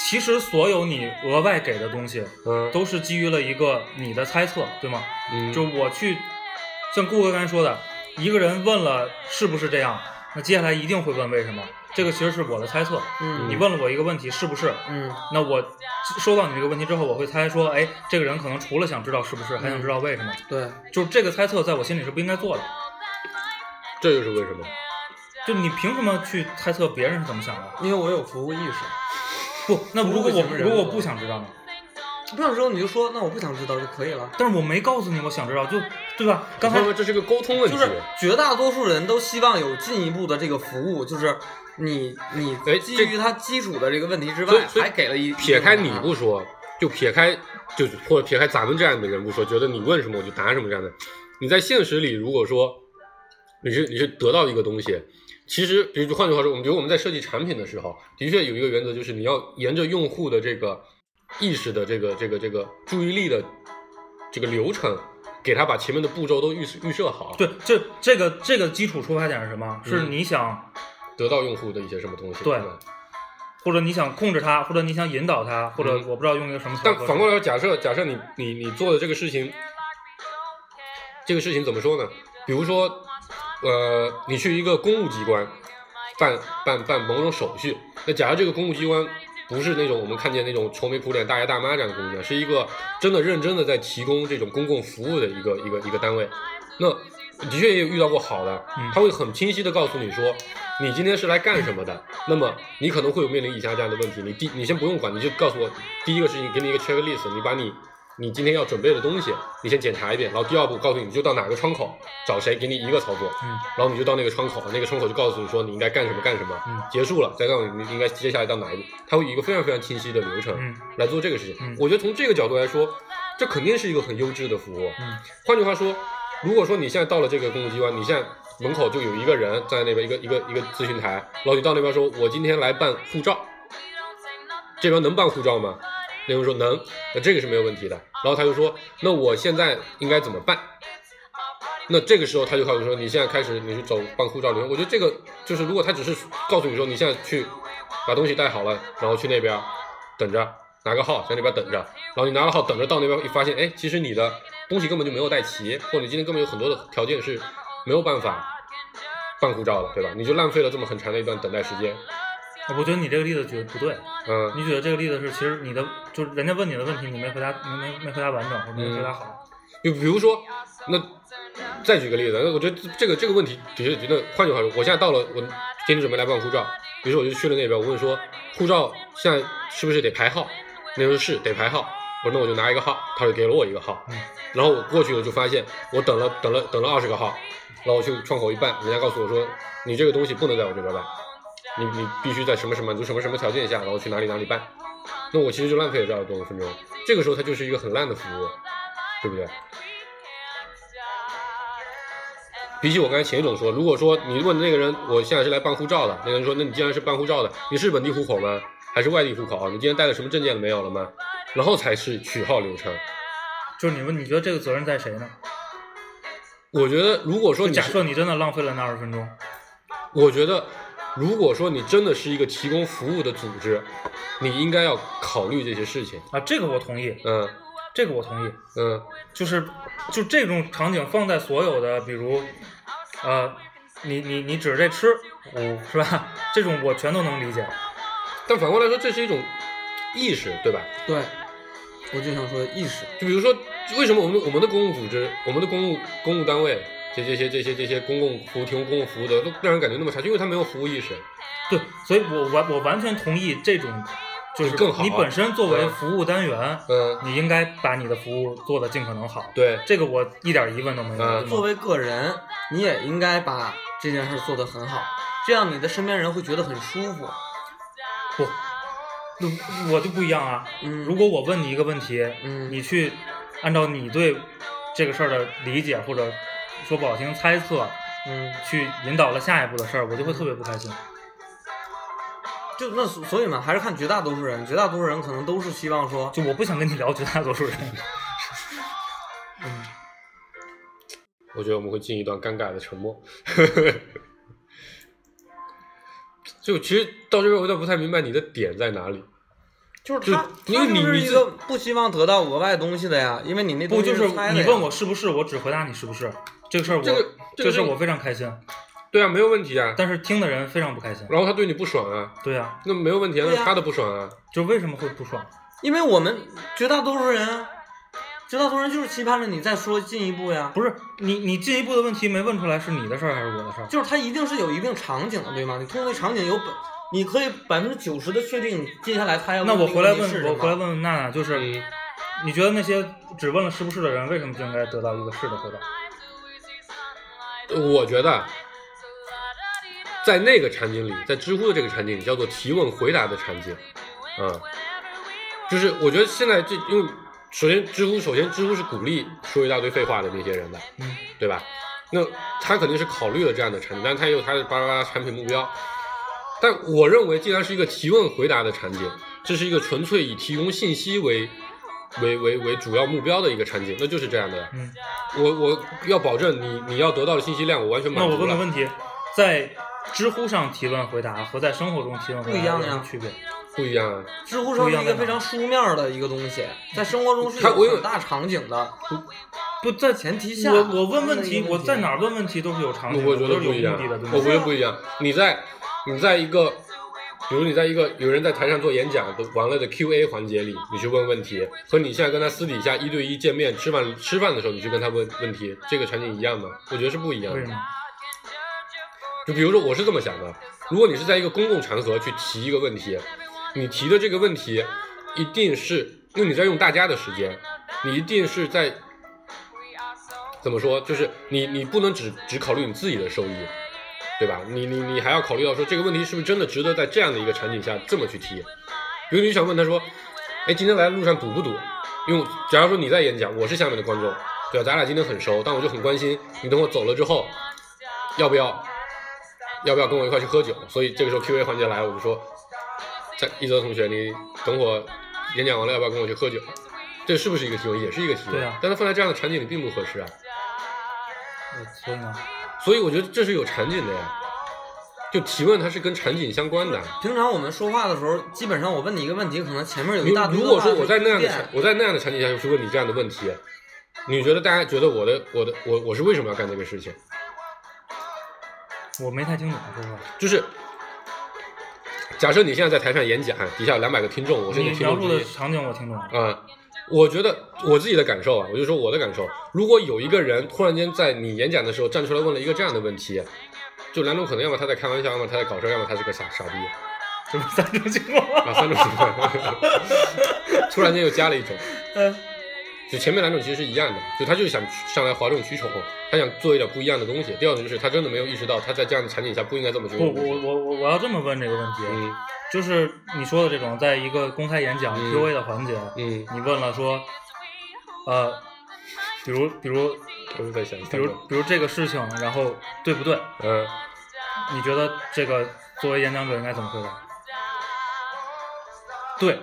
其实所有你额外给的东西，
嗯
都是基于了一个你的猜测，对吗？
嗯
就我去，像顾哥刚才说的，一个人问了是不是这样，那接下来一定会问为什么。这个其实是我的猜测。
嗯
你问了我一个问题是不是？
嗯，
那我收到你这个问题之后，我会猜说，哎，这个人可能除了想知道是不是，还想知道为什么。
对，
就是这个猜测在我心里是不应该做的。
这就是为什么。
就你凭什么去猜测别人是怎么想的？
因为我有服务意识，
不，那如果我
服务型人
如果我不想知道呢？
不想知道你就说那我不想知道就可以了。
但是我没告诉你我想知道，就对吧？刚才
我说这是个沟通问
就
题。
是绝大多数人都希望有进一步的这个服务，就是你你
哎
基
这
于他基础的这个问题之
所
外
以，所以
还给了一
撇开你不说，就撇开就是或者撇开咱们这样的人不说，觉得你问什么我就答什么这样的，你在现实里如果说你是你是得到一个东西，其实比如换句话说，我们比如我们在设计产品的时候，的确有一个原则就是你要沿着用户的这个意识的这个这个这个注意力的这个流程，给他把前面的步骤都预预设好，，
对，这这个这个基础出发点是什么？是
嗯
你想，
得到用户的一些什么东西，
对
吧
或者你想控制他，或者你想引导他，或者
嗯
我不知道用一个什么词儿
但
合适。
反过来，假设假设你你你做的这个事情，这个事情怎么说呢？比如说，呃，你去一个公务机关办办办某种手续，那假如这个公务机关不是那种我们看见那种愁眉苦脸大爷大妈这样的公务机关，是一个真的认真的在提供这种公共服务的一个一个一个单位，那的确也有遇到过好的，他会很清晰的告诉你说，你今天是来干什么的。那么你可能会有面临以下这样的问题，你第你先不用管，你就告诉我第一个事情，给你一个 checklist，你把你你今天要准备的东西，你先检查一遍，然后第二步告诉你，你就到哪个窗口找谁，给你一个操作，
嗯
然后你就到那个窗口，那个窗口就告诉你说你应该干什么干什么，
嗯
结束了再告诉你你应该接下来到哪一步，它会有一个非常非常清晰的流程、
嗯
来做这个事情。
嗯
我觉得从这个角度来说，这肯定是一个很优质的服务。
嗯
换句话说，如果说你现在到了这个公务机关，你现在门口就有一个人站在那边一个一个一个咨询台，然后你到那边说，我今天来办护照，这边能办护照吗？那边说能，那这个是没有问题的。然后他就说，那我现在应该怎么办？那这个时候他就开始说，你现在开始你去走办护照流程。我觉得这个就是，如果他只是告诉你说，你现在去把东西带好了，然后去那边等着，拿个号在那边等着，然后你拿了号等着到那边一发现，哎，其实你的东西根本就没有带齐，或者你今天根本有很多的条件是没有办法办护照的，对吧？你就浪费了这么很长的一段等待时间。
啊我觉得你这个例子举的不对，
嗯
你举的这个例子是，其实你的就是人家问你的问题，你没回答，没没没回答完整，或者没回答好。
就比如说，那再举个例子，那我觉得这个这个问题的确觉得，换句话说，我现在到了，我今天准备来办护照，于是我就去了那边，我问说护照现在是不是得排号？那边说是得排号，我说那我就拿一个号，他就给了我一个号，
嗯
然后我过去了就发现我等了等了等了二十个号，然后我去窗口一办，人家告诉我说你这个东西不能在我这边办，你你必须在什么什么满足什么什么条件下，然后去哪里哪里办，那我其实就浪费了这样多五分钟，这个时候它就是一个很烂的服务，对不对？比起我刚才前一种说，如果说你问那个人，我现在是来办护照的，那个人说，那你既然是办护照的，你是本地户口吗？还是外地户口？你今天带了什么证件没有了吗？然后才是取号流程。
就是你问，你觉得这个责任在谁呢？
我觉得，如果说
就
你
假
是
设你真的浪费了那二十分钟，
我觉得，如果说你真的是一个提供服务的组织，你应该要考虑这些事情。
啊，这个我同意，
嗯
这个我同意。
嗯
就是就这种场景放在所有的，比如呃，你你你指着这吃，
嗯。
是吧？这种我全都能理解。
但反过来说，这是一种意识，对吧？
对，我就想说意识，
就比如说，为什么我们的我们的公务组织、我们的公务公务单位，这这些这些这些公共服务提供公共服务的，都让人感觉那么差，就因为他没有服务意识。
对，所以我完我完全同意这种，就是
你更好
你本身作为
嗯
服务单元，
嗯，
你应该把你的服务做得尽可能好。，
对，
这个我一点疑问都没有。
嗯
对吗
作为个人，你也应该把这件事做得很好，这样你的身边人会觉得很舒服。
不，那我就不一样啊。
嗯
如果我问你一个问题，
嗯
你去按照你对这个事儿的理解或者说不好听猜测，
嗯，
去引导了下一步的事儿，我就会特别不开心。
就那所所以嘛，还是看绝大多数人，绝大多数人可能都是希望说，
就我不想跟你聊绝大多 数人。
我觉得我们会进一段尴尬的沉默。 就其实到这边，我有点不太明白你的点在哪里。
就是他，
就因为
他
你
就是
你
一
自
个不希望得到额外东西的呀，因为你那
不
东西
就是
猜的
你
呀
问我是不是，我只回答你是不是。这个事儿我
这个这个
事儿
是
我非常开心，
对啊，没有问题啊。
但是听的人非常不开心。
然后他对你不爽啊，
对啊，
那没有问题啊，那
对
是
啊
他的不爽啊。
就为什么会不爽？
因为我们绝大多数人，绝大多数人就是期盼着你再说进一步呀，
不是你你进一步的问题没问出来是你的事儿还是我的事儿？
就是它一定是有一定场景的，对吗？你通过场景有本，你可以百分之九十的确定接下来他要
那我
的
回来
问题是
问，
什
我
么
回来，问问娜娜，就是、
嗯，
你觉得那些只问了是不是的人，为什么就应该得到一个是的回答？
我觉得啊在那个场景里，在知乎的这个场景里，叫做提问回答的场景。嗯，就是我觉得现在这，因为首先知乎，首先知乎是鼓励说一大堆废话的那些人的，
嗯，
对吧？那他肯定是考虑了这样的产品，但是他也有他的巴拉巴拉产品目标。但我认为，既然是一个提问回答的场景，这是一个纯粹以提供信息为为为为主要目标的一个场景，那就是这样的。
嗯，
我我要保证你你要得到的信息量，我完全满
那
足
我
了。
问个问题，在知乎上提问回答和在生活中提问回答
不一样
有什么
呀
区别？
不一样啊，
知乎上是一个非常书面的一个东西，在生活中是
嗯它我有
有很大场景的，
不在
前提下
我我问问
他们的一
题，
个
啊我
问题
在哪儿问问题都是有场景的，
我觉
都
得
是
不
有
一样
目的的，，
我
对
觉
吗？
得不一样。你在你在一个，比如你在一个有人在台上做演讲都完了的 Q&A 环节里，你去问问题，和你现在跟他私底下一对一见面吃饭吃饭的时候，你去跟他问问题，这个场景一样吗？我觉得是不一样
为
的
什。么？
就比如说，我是这么想的：如果你是在一个公共场合去提一个问题，你提的这个问题一定是，因为你在用大家的时间，你一定是在怎么说？就是你你不能只只考虑你自己的收益，对吧？你你你还要考虑到说这个问题是不是真的值得在这样的一个场景下这么去提。比如你想问他说：“哎，今天来的路上堵不堵？”因为假如说你在演讲，我是下面的观众，对啊吧？咱俩今天很熟，但我就很关心你等我走了之后，要不要要不要跟我一块去喝酒？所以这个时候 Q&A 环节来了，我就说，在一泽同学，你等会儿演讲完了要不要跟我去喝酒？这是不是一个提问？也是一个提问，
对啊
但它放在这样的场景里并不合适啊。
呃所以呢？
所以我觉得这是有场景的呀，就提问它是跟场景相关的。啊
平常我们说话的时候，基本上我问你一个问题，可能前面有
如
一大堆
如
的
果
话
说我在那样
就
的场
变
我在那样的场景下去问你这样的问题，你觉得大家觉得我的我的我我是为什么要干这个事情？
我没太听懂，说实话。
就是假设你现在在台上演讲，底下有两百个听众，我是
你
你的听
描
众
述
之
的
一。
场景我听懂了。
啊、我觉得我自己的感受啊，我就说我的感受。如果有一个人突然间在你演讲的时候站出来问了一个这样的问题，就两种可能，要么他在开玩笑，要么他在搞事儿，要么他是个傻傻逼
什么三种情况？
啊，三种情况。突然间又加了一种，就前面两种其实是一样的，就他就是想上来哗众取宠，他想做一点不一样的东西。第二种就是他真的没有意识到他在这样的场景下不应该这么去
不，
问。
我我我我要这么问这个问题，
嗯
就是你说的这种，在一个公开演讲
嗯
Q&A 的环节，
嗯，
你问了说，呃，比如呃比如
我就在想
比
三
如
种，
比如这个事情，然后对不对？
嗯，
你觉得这个作为演讲者应该怎么回答？对，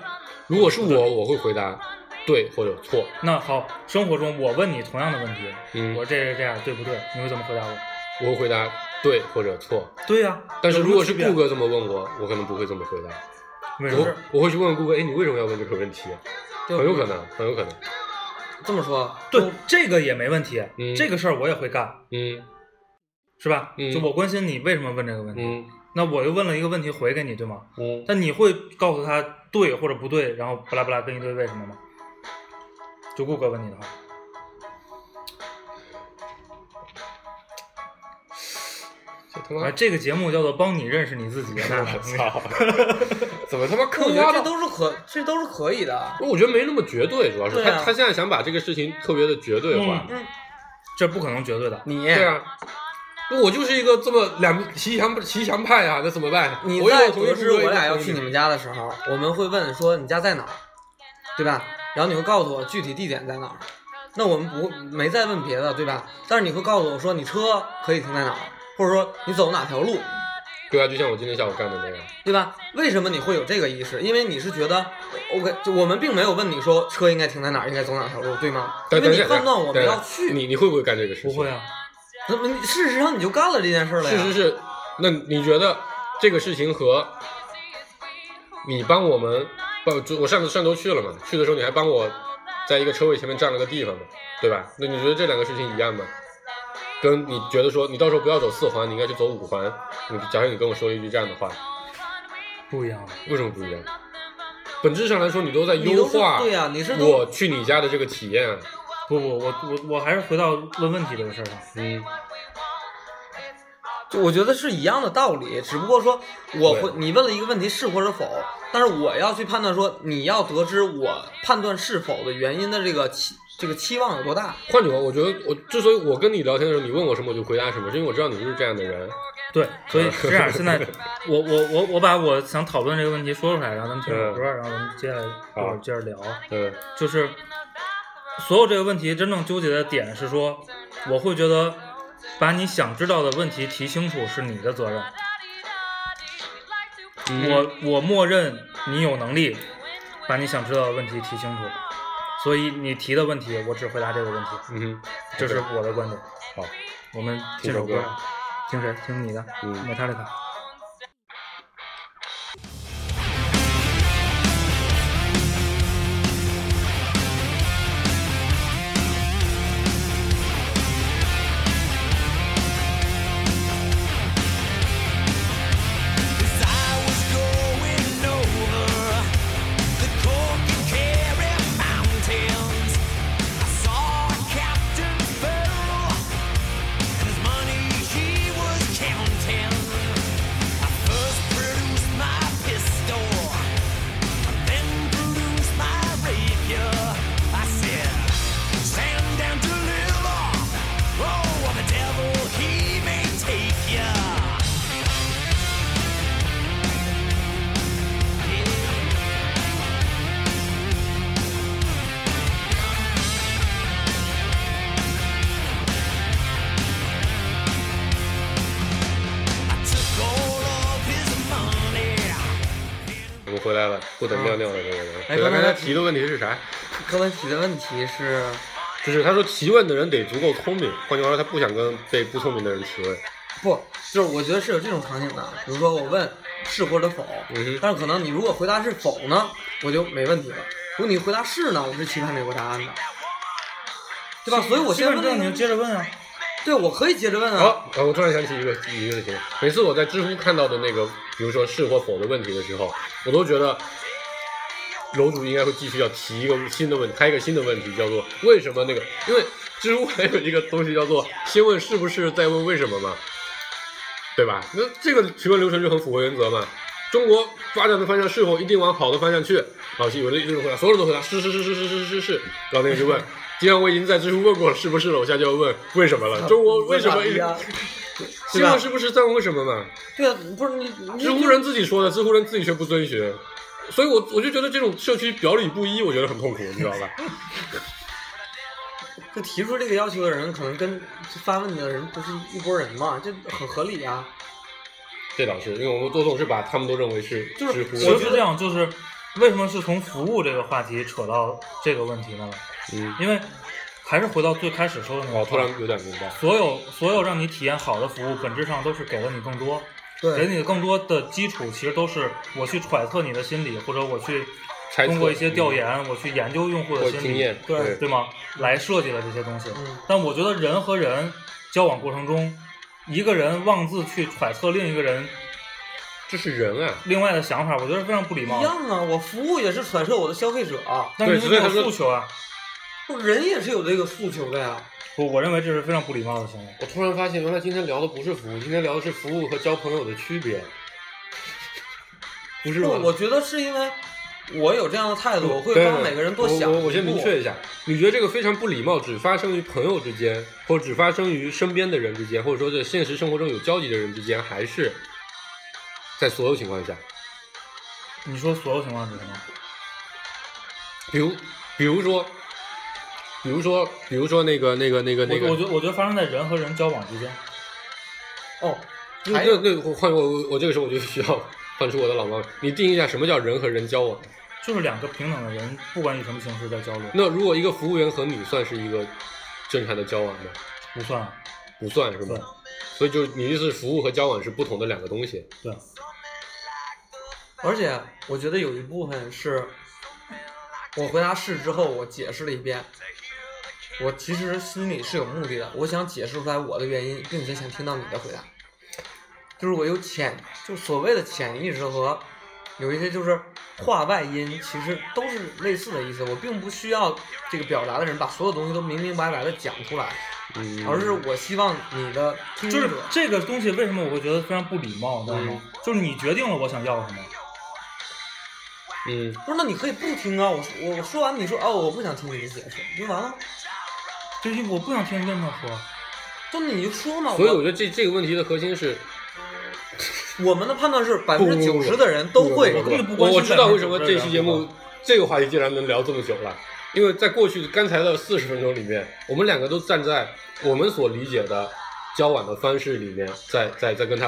如果是我，我会回答对或者错。
那好，生活中我问你同样的问题，
嗯
我这是这样，对不对？你会怎么回答我？
我会回答对或者错。
对呀、
但是
有什么
如果是
区别
顾哥这么问我，我可能不会这么回答。
为什么
我？我会去问顾哥，哎，你为什么要问这个问题？
就
很有可能，很有可能。
这么说，
对，这个也没问题，
嗯
这个事儿我也会干，
嗯
是吧？
嗯
就我关心你为什么问这个问题，
嗯
那我又问了一个问题回给你，对吗？
嗯，
但你会告诉他对或者不对，然后巴拉巴拉跟一堆为什么吗？就顾哥问你的话，
这他
啊，
妈，
这个节目叫做帮你认识你自己。那
我操， 怎么他妈
那
嗑
我觉得
瓜
这
了？
都是可，这都是可以的。
我觉得没那么绝对，主要是
对
他
啊
他现在想把这个事情特别的绝对化。
嗯，这不可能绝对的。
你
对啊，我就是一个这么两骑墙骑墙派啊，那怎么办？
你
我一会
在
儿同意
得
顾
知
哥，
我俩
一会
要
儿同意
去你们家的时候，我们会问说你家在哪儿，对吧？然后你会告诉我具体地点在哪儿。那我们不没再问别的，对吧？但是你会告诉我说你车可以停在哪儿，或者说你走哪条路，
对啊，就像我今天下午干的那样。
对吧？为什么你会有这个意识？因为你是觉得呃，OK，就我们并没有问你说车应该停在哪儿，应该走哪条路，对吗？因
但
为
等一
你
下，
判断我们
等一下
要去，
你你会不会干这个事情？
不会啊，
那么你事实上你就干了这件事了呀。
事实是，那你觉得这个事情和你帮我们，不，就我上次上周去了嘛，去的时候你还帮我在一个车位前面占了个地方嘛，对吧？那你觉得这两个事情一样吗？跟你觉得说你到时候不要走四环，你应该去走五环，你假设你跟我说了一句这样的话，
不一样的。
为什么不一样？本质上来说，你都在
你
优
都是
化
对呀、你是都
我去你家的这个体验啊。
不不，我我我还是回到问问题这个事儿上。
嗯，
就我觉得是一样的道理，只不过说我
对
会你问了一个问题是或者否，但是我要去判断说你要得知我判断是否的原因的这个期这个期望有多大。
换句话，我觉得我之所以我跟你聊天的时候，你问我什么我就回答什么，是因为我知道你就是这样的人。
对，所以是这样。现在我我我我把我想讨论这个问题说出来，然后咱们听
嗯
首歌，然后咱们接下来一会儿接着聊。
嗯
就是所有这个问题真正纠结的点是说，我会觉得把你想知道的问题提清楚是你的责任。
嗯
嗯
我我默认你有能力把你想知道的问题提清楚，所以你提的问题我只回答这个问题，
嗯哼，
这是我的观点。
好，
我们这
听首
首
歌
歌，听谁？听你的，
嗯
美塔利卡。
啊
「
Oh,
回来了，不等尿尿的那个人。
哎
对
刚才
刚才提的问题是啥？
柯文提的问题是，
就是他说提问的人得足够聪明，换句话说，他不想跟被不聪明的人提问。
不，就是我觉得是有这种场景的，比如说我问是或者否，
嗯哼
但是可能你如果回答是否呢，我就没问题了；如果你回答是呢，我是期盼这个答案的，对吧？所以我
基
先
本
问
上你
那
就
个，
接着问啊。
对我可以接着问
好、
啊，
啊，我突然想起一个一个事情，每次我在知乎看到的那个，比如说是或否的问题的时候，我都觉得楼主应该会继续要提一个新的问题，开一个新的问题，叫做为什么那个，因为知乎还有一个东西叫做先问是不是，再问为什么嘛，对吧？那这个提问流程就很符合原则嘛。中国发展的方向是否一定往好的方向去？老师有的一定回答，所有人都回答是是是是是是是是。然后那个就问，既然我已经在知乎问过了是不是了，我现在就要问为什么了。中国为什么
对
一直
啊 吧？
希望是不是在问为什么嘛？
对啊，不是你，你
知乎人自己说的，知乎人自己却不遵循，所以我我就觉得这种社区表里不一，我觉得很痛苦，你知道吧？
就提出这个要求的人，可能跟发问的人不是一拨人嘛，这很合理啊。
这倒是，因为我们我总是把他们都认为是知
就是
乎
我
人
是这，样，就是为什么是从服务这个话题扯到这个问题呢？
嗯，
因为还是回到最开始说的那个
我
话，
哦突然有点明白，
所有所有让你体验好的服务，本质上都是给了你更多，给
对，
你更多的基础，其实都是我去揣测你的心理，或者我去
猜测嗯
通过一些调研，我去研究用户
或
的
者
心
经
理，
验，
对
对吗？来设计了这些东西。
嗯
但我觉得人和人交往过程中，一个人妄自去揣测另一个人
这是人啊，
另外的想法，我觉得是非常不礼貌
一
的。
样啊，我服务也是揣测我的消费者，
但是
对
因为
所以
有
他说
诉求啊，
不人也是有这个诉求的呀。
我我认为这是非常不礼貌的行为。
我突然发现，原来今天聊的不是服务，今天聊的是服务和交朋友的区别，不是
不，
吗？
我觉得是因为我有这样的态度，我会
对
帮每个人多想
我
一
我
步。
我先明确一下，你觉得这个非常不礼貌，只发生于朋友之间，或者只发生于身边的人之间，或者说在现实生活中有交集的人之间，还是在所有情况下？
你说所有情况是什么？
比如，比如说，比如说，比如说那个那个那个那个，
我我觉得我觉得发生在人和人交往之间。
哦，
那那那我换我我我这个时候我就需要 换出我的老毛病，你定义一下什么叫人和人交往？
就是两个平等的人，不管以什么形式在交流，
那如果一个服务员和你算是一个正常的交往吗？
不算啊。
不算是吗
对？
所以就是你意思是服务和交往是不同的两个东西。
对，
而且我觉得有一部分是，我回答是之后，我解释了一遍，我其实心里是有目的的，我想解释出来我的原因，并且想听到你的回答。就是我有潜，就所谓的潜意识和有一些就是话外音，其实都是类似的意思。我并不需要这个表达的人把所有东西都明明白白的讲出来，
嗯，
而是我希望你的听
就是
者
这个东西，为什么我会觉得非常不礼貌，你知道吗？就是你决定了我想要什么，
嗯，
不是，那你可以不听啊！我说我我说完，你说哦，我不想听你的解释，不就完了？
就是我不想听你跟他说，
就你就说嘛。
所以我
我
觉得这这个问题的核心是，
我们的判断是百
不
分之九十的人都会
不不不
根本不关
我
心
我知道为什么
90%
这期节目
人好
这个话题竟然能聊这么久了，因为在过去刚才的四十分钟里面，我们两个都站在我们所理解的交往的方式里面，在在在跟他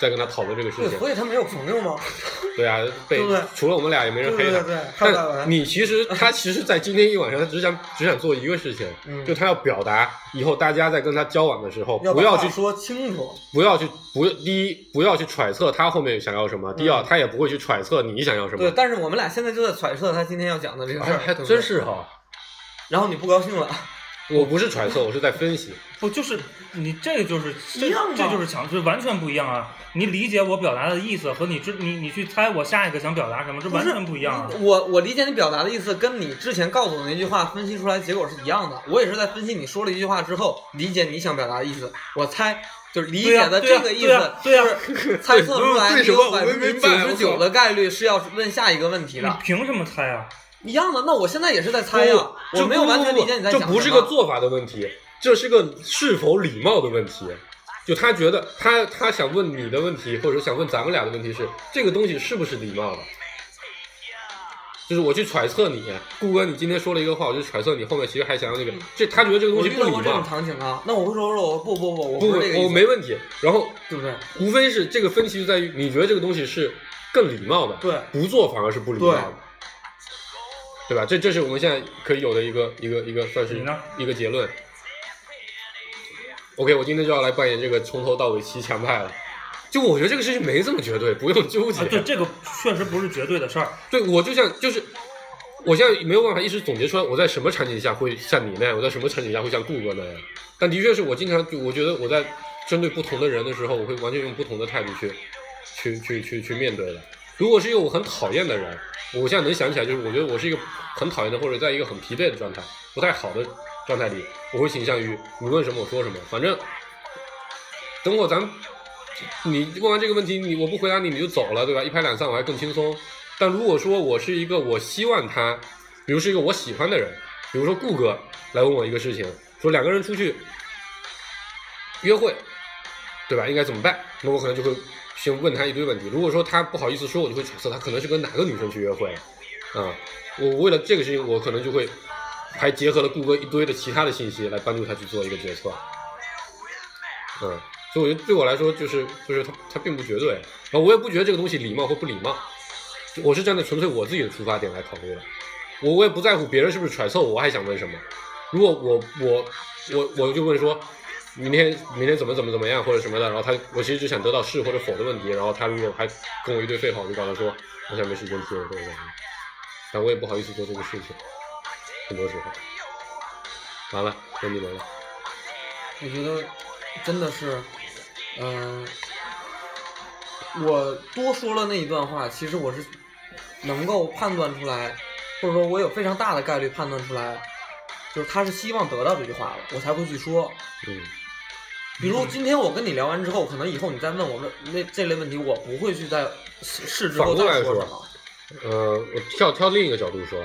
在跟他讨论这个事
对，
情。
所以他没有朋友吗？
对啊，被
对不对
除了我们俩也没人黑他。
对对对对还有大
但
文
你其实他其实，在今天一晚上，他只想只想做一个事情，
嗯
就他要表达以后大家在跟他交往的时候，
要
不要去
把话说清楚，
不要去不第一不要去揣测他后面想要什么，第二
嗯
他也不会去揣测你想要什么。
对。但是我们俩现在就在揣测他今天要讲的这个事
还
儿，
哎还
对不对
真。是哈，
然后你不高兴了，
我不是揣测，我是在分析。
不就是你这个就是这
一样嘛
这就是强，这完全不一样啊！你理解我表达的意思和你知你你去猜我下一个想表达什么，这完全不一样啊！
我我理解你表达的意思，跟你之前告诉我那句话分析出来结果是一样的。我也是在分析你说了一句话之后，理解你想表达的意思，我猜。就是理解的
对
这
呀
个意
对呀
思，
对呀
是猜测出来
为
你
什
有
么我
百
没
分之
明
九
白
十九的概率是要问下一个问题
你
的，
凭什么猜啊？
一样的。那我现在也是在猜呀、
这
我没有
不
完全
不不
理解你在
这
讲什么。
不是个做法的问题，这是个是否礼貌的问题。就他觉得他他想问你的问题，或者说想问咱们俩的问题是这个东西是不是礼貌的？就是我去揣测你，顾哥，你今天说了一个话，我就揣测你后面其实还想要那个，这他觉得这个东
嗯我
西
遇
不
到
礼
过这种
貌，
场景啊，那我会说说我不不不，我
不，
是这个意思，
我没问题。然后
对不对？
无非是这个分歧就在于，你觉得这个东西是更礼貌的，
对
不做反而是不礼貌的
对，
对吧？这这是我们现在可以有的一个一个一个算是
你呢
一个结论。OK，我今天就要来扮演这个从头到尾骑墙派了。就我觉得这个事情没这么绝对，不用纠结。
啊，对，这个确实不是绝对的事儿。
对我就像就是，我现在没有办法一时总结出来我在什么场景下会像你那样，我在什么场景下会像顾哥那样。但的确是我经常，就我觉得我在针对不同的人的时候，我会完全用不同的态度去去去去去面对的。如果是一个我很讨厌的人，我现在能想起来，就是我觉得我是一个很讨厌的，或者在一个很疲惫的状态、不太好的状态里，我会倾向于你问什么我说什么，反正等会儿咱们你问完这个问题，你我不回答你你就走了，对吧？一拍两散我还更轻松。但如果说我是一个我希望他，比如是一个我喜欢的人，比如说顾哥来问我一个事情，说两个人出去约会，对吧？应该怎么办？那我可能就会先问他一堆问题。如果说他不好意思说，我就会揣测他可能是跟哪个女生去约会了。啊、我为了这个事情，我可能就会还结合了顾哥一堆的其他的信息来帮助他去做一个决策。嗯，所以我觉得对我来说，就是就是它它并不绝对，然后我也不觉得这个东西礼貌或不礼貌，我是站在纯粹我自己的出发点来考虑的，我我也不在乎别人是不是揣测我，我还想问什么。如果我我我我就问说，明天明天怎么怎么怎么样或者什么的，然后他我其实只想得到是或者否的问题，然后他如果还跟我一堆废话，我就告诉他说我想没时间听或者怎么样，但我也不好意思做这个事情，很多时候。完了，问你们了，
我觉得真的是，嗯、我多说了那一段话，其实我是能够判断出来，或者说我有非常大的概率判断出来，就是他是希望得到这句话的，我才会去说。
嗯。
比如今天我跟你聊完之后，可能以后你再问我问那这类问题，我不会去再试试之后
反过来
再说
说
什么。
呃，我跳跳另一个角度说，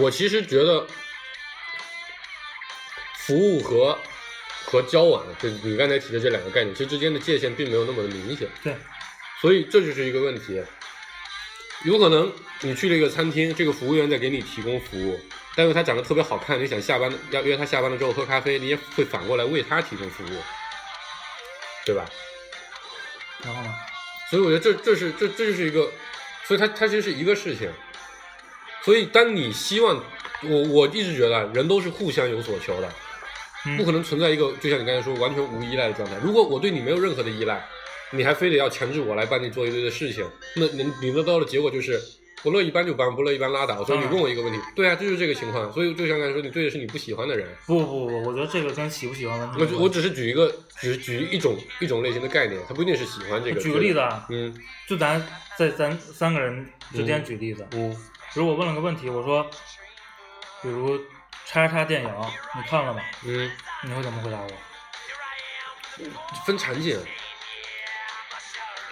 我其实觉得服务和和交往，就你刚才提的这两个概念，其实之间的界限并没有那么的明显。
对，
所以这就是一个问题。有可能你去了一个餐厅，这个服务员在给你提供服务，但是他长得特别好看，你想下班要约他下班了之后喝咖啡，你也会反过来为他提供服务，对吧？
然后呢？
所以我觉得这这是这这就是一个，所以它它其实是一个事情。所以当你希望，我我一直觉得啊人都是互相有所求的，
嗯
不可能存在一个就像你刚才说完全无依赖的状态。如果我对你没有任何的依赖，你还非得要强制我来帮你做一堆的事情，那你你得到的结果就是我乐意帮就帮，不乐意帮拉倒。所以
当
你
然
问我一个问题，对啊，这就是这个情况。所以就像刚才说，你对的是你不喜欢的人。
不不不，我觉得这个跟喜不喜欢完全
我
没
只
关
我
系
只是举一个，只是举一种一种类型的概念，它不一定是喜欢这个。
举个例子，啊，
嗯
就咱在咱三个人之间举例子，
嗯
比如我问了个问题，我说，比如叉叉电影你看了吗？
嗯，
你会怎么回答我？
分场景。啊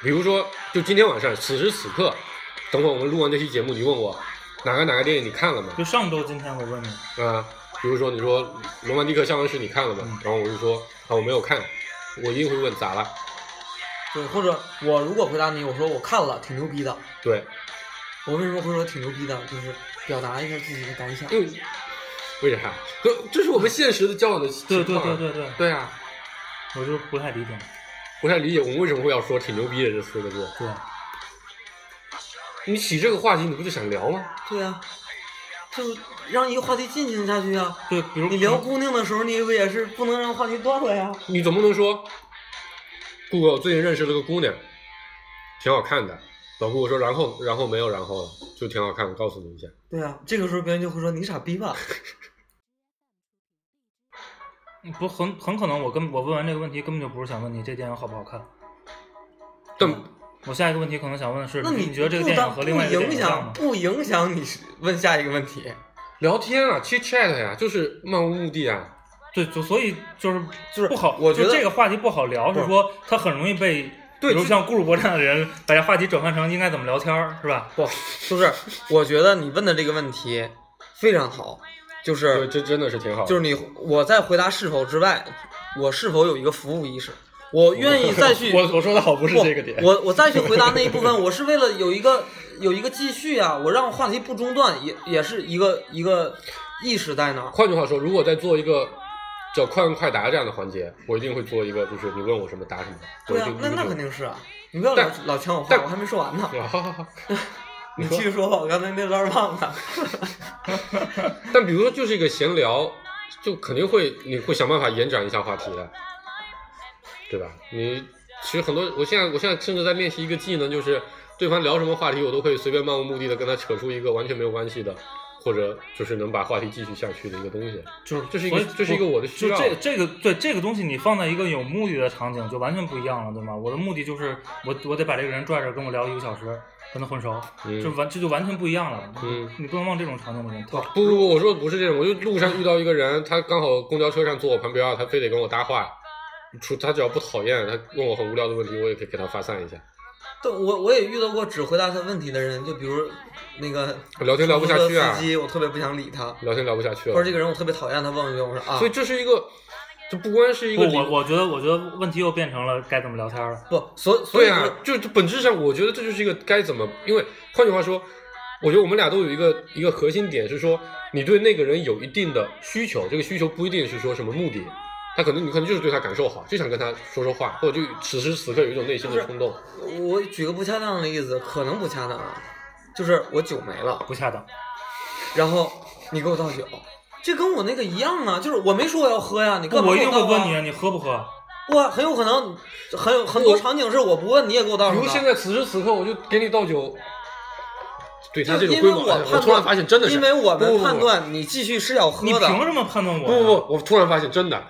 比如说，就今天晚上，此时此刻，等会儿我们录完这期节目，你问我哪个哪个电影你看了吗？
就上周今天我问你，
啊，比如说你说《罗曼蒂克消亡史》你看了
嗯
吗？然后我就说啊我没有看，我一定会问咋了？
对，或者我如果回答你，我说我看了，挺牛逼的。
对，
我为什么会说挺牛逼的？就是表达一下自己的感想。
因为为啥？这这是我们现实的交往的情
对对
况啊、
对对对，
对啊，
我就不太理解，
不太理解我们为什么会要说“挺牛逼的”这四个字。
对，
你起这个话题，你不就想聊吗？
对啊，就是让一个话题进行下去啊。
对，比如
你聊姑娘的时候，你不也是不能让话题断了呀？
你总不能说，顾哥，我最近认识了个姑娘，挺好看的。老顾我说，然后然后没有然后了，就挺好看的，告诉你一下。
对啊，这个时候别人就会说你傻逼吧？
不很很可能我跟我问完这个问题根本就不是想问你这电影好不好看，
但
我下一个问题可能想问的是，
那你
你觉得这个
不
电影
当
和另外一个
不
电
影
影像
响
吗？
不影响你问下一个问题？
聊天啊，chit chat 呀、就是漫无目的啊。
对，就所以就是
就是
不好，
我觉得
就这个话题不好聊，
不
是
是
说它很容易被，
对
比如
就
像顾主播这样的人，把这话题转换成应该怎么聊天儿，是吧？
不，就是我觉得你问的这个问题非常好，就
对，
是
这真的是挺好的。
就是你我在回答是否之外，我是否有一个服务意识？ 我愿意再去
我我说的好不是
不
这个点。
我我再去回答那一部分，我是为了有一个有一个继续啊，我让话题不中断，也也是一个一个意识在那儿。
换句话说，如果再做一个叫快问快答这样的环节，我一定会做一个，就是你问我什么答什么。我
对
一
啊
定，
那那
一定
肯定是啊，你不要老
但
老抢我话，
但啊
我还没说完呢。
好好 好，
你继续说吧，我刚才那段儿忘了。
但比如说就是一个闲聊，就肯定会你会想办法延展一下话题的，对吧？你其实很多，我现在我现在甚至在练习一个技能，就是对方聊什么话题，我都会随便漫无目的的跟他扯出一个完全没有关系的，或者就是能把话题继续下去的一个东西。
就是
这是一个
所以
这是一个我的需要
就这这个对这个东西，你放在一个有目的的场景，就完全不一样了，对吗？我的目的就是我我得把这个人拽着跟我聊一个小时，跟他混熟，
嗯
这完这就完全不一样了。
嗯
你不能往这种场景里面套。
不不不，我说的不是这种，我就路上遇到一个人，他刚好公交车上坐我旁边，他非得跟我搭话，除他只要不讨厌，他问我很无聊的问题，我也可以给他发散一下。
对，我我也遇到过只回答他问题的人，就比如那个
聊天聊不下去啊
出租车司机，我特别不想理他，
聊天聊不下去
或者，
了
这个人我特别讨厌，他问一句，我说啊
所，以这是一个，这不光是一
不，
个理
我我觉得我觉得问题又变成了该怎么聊天了。
不，所所以
对
说
啊，就就本质上，我觉得这就是一个该怎么，因为换句话说，我觉得我们俩都有一个一个核心点是说，你对那个人有一定的需求，这个需求不一定是说什么目的，他可能你可能就是对他感受好，就想跟他说说话，或者就此时此刻有一种内心的冲
啊
动。
我举个不恰当的例子，可能不恰当啊，就是我酒没了，
不恰当，
然后你给我倒酒，这跟我那个一样啊，就是我没说我要喝呀，你干嘛
我一
给
定会
倒啊
问你，你喝不喝？
我很有可能，很有很多
我
场景是我不问你也给我倒
比
上
如
的
现在此时此刻，我就给你倒酒，对他
就
这
是
种
因
规
为
模，哎
我判断，
突然发现真的是，
因为我
不
们判，断你继续是要喝
你
的，
凭什么判断我？
不不不不不，我突然发现真的。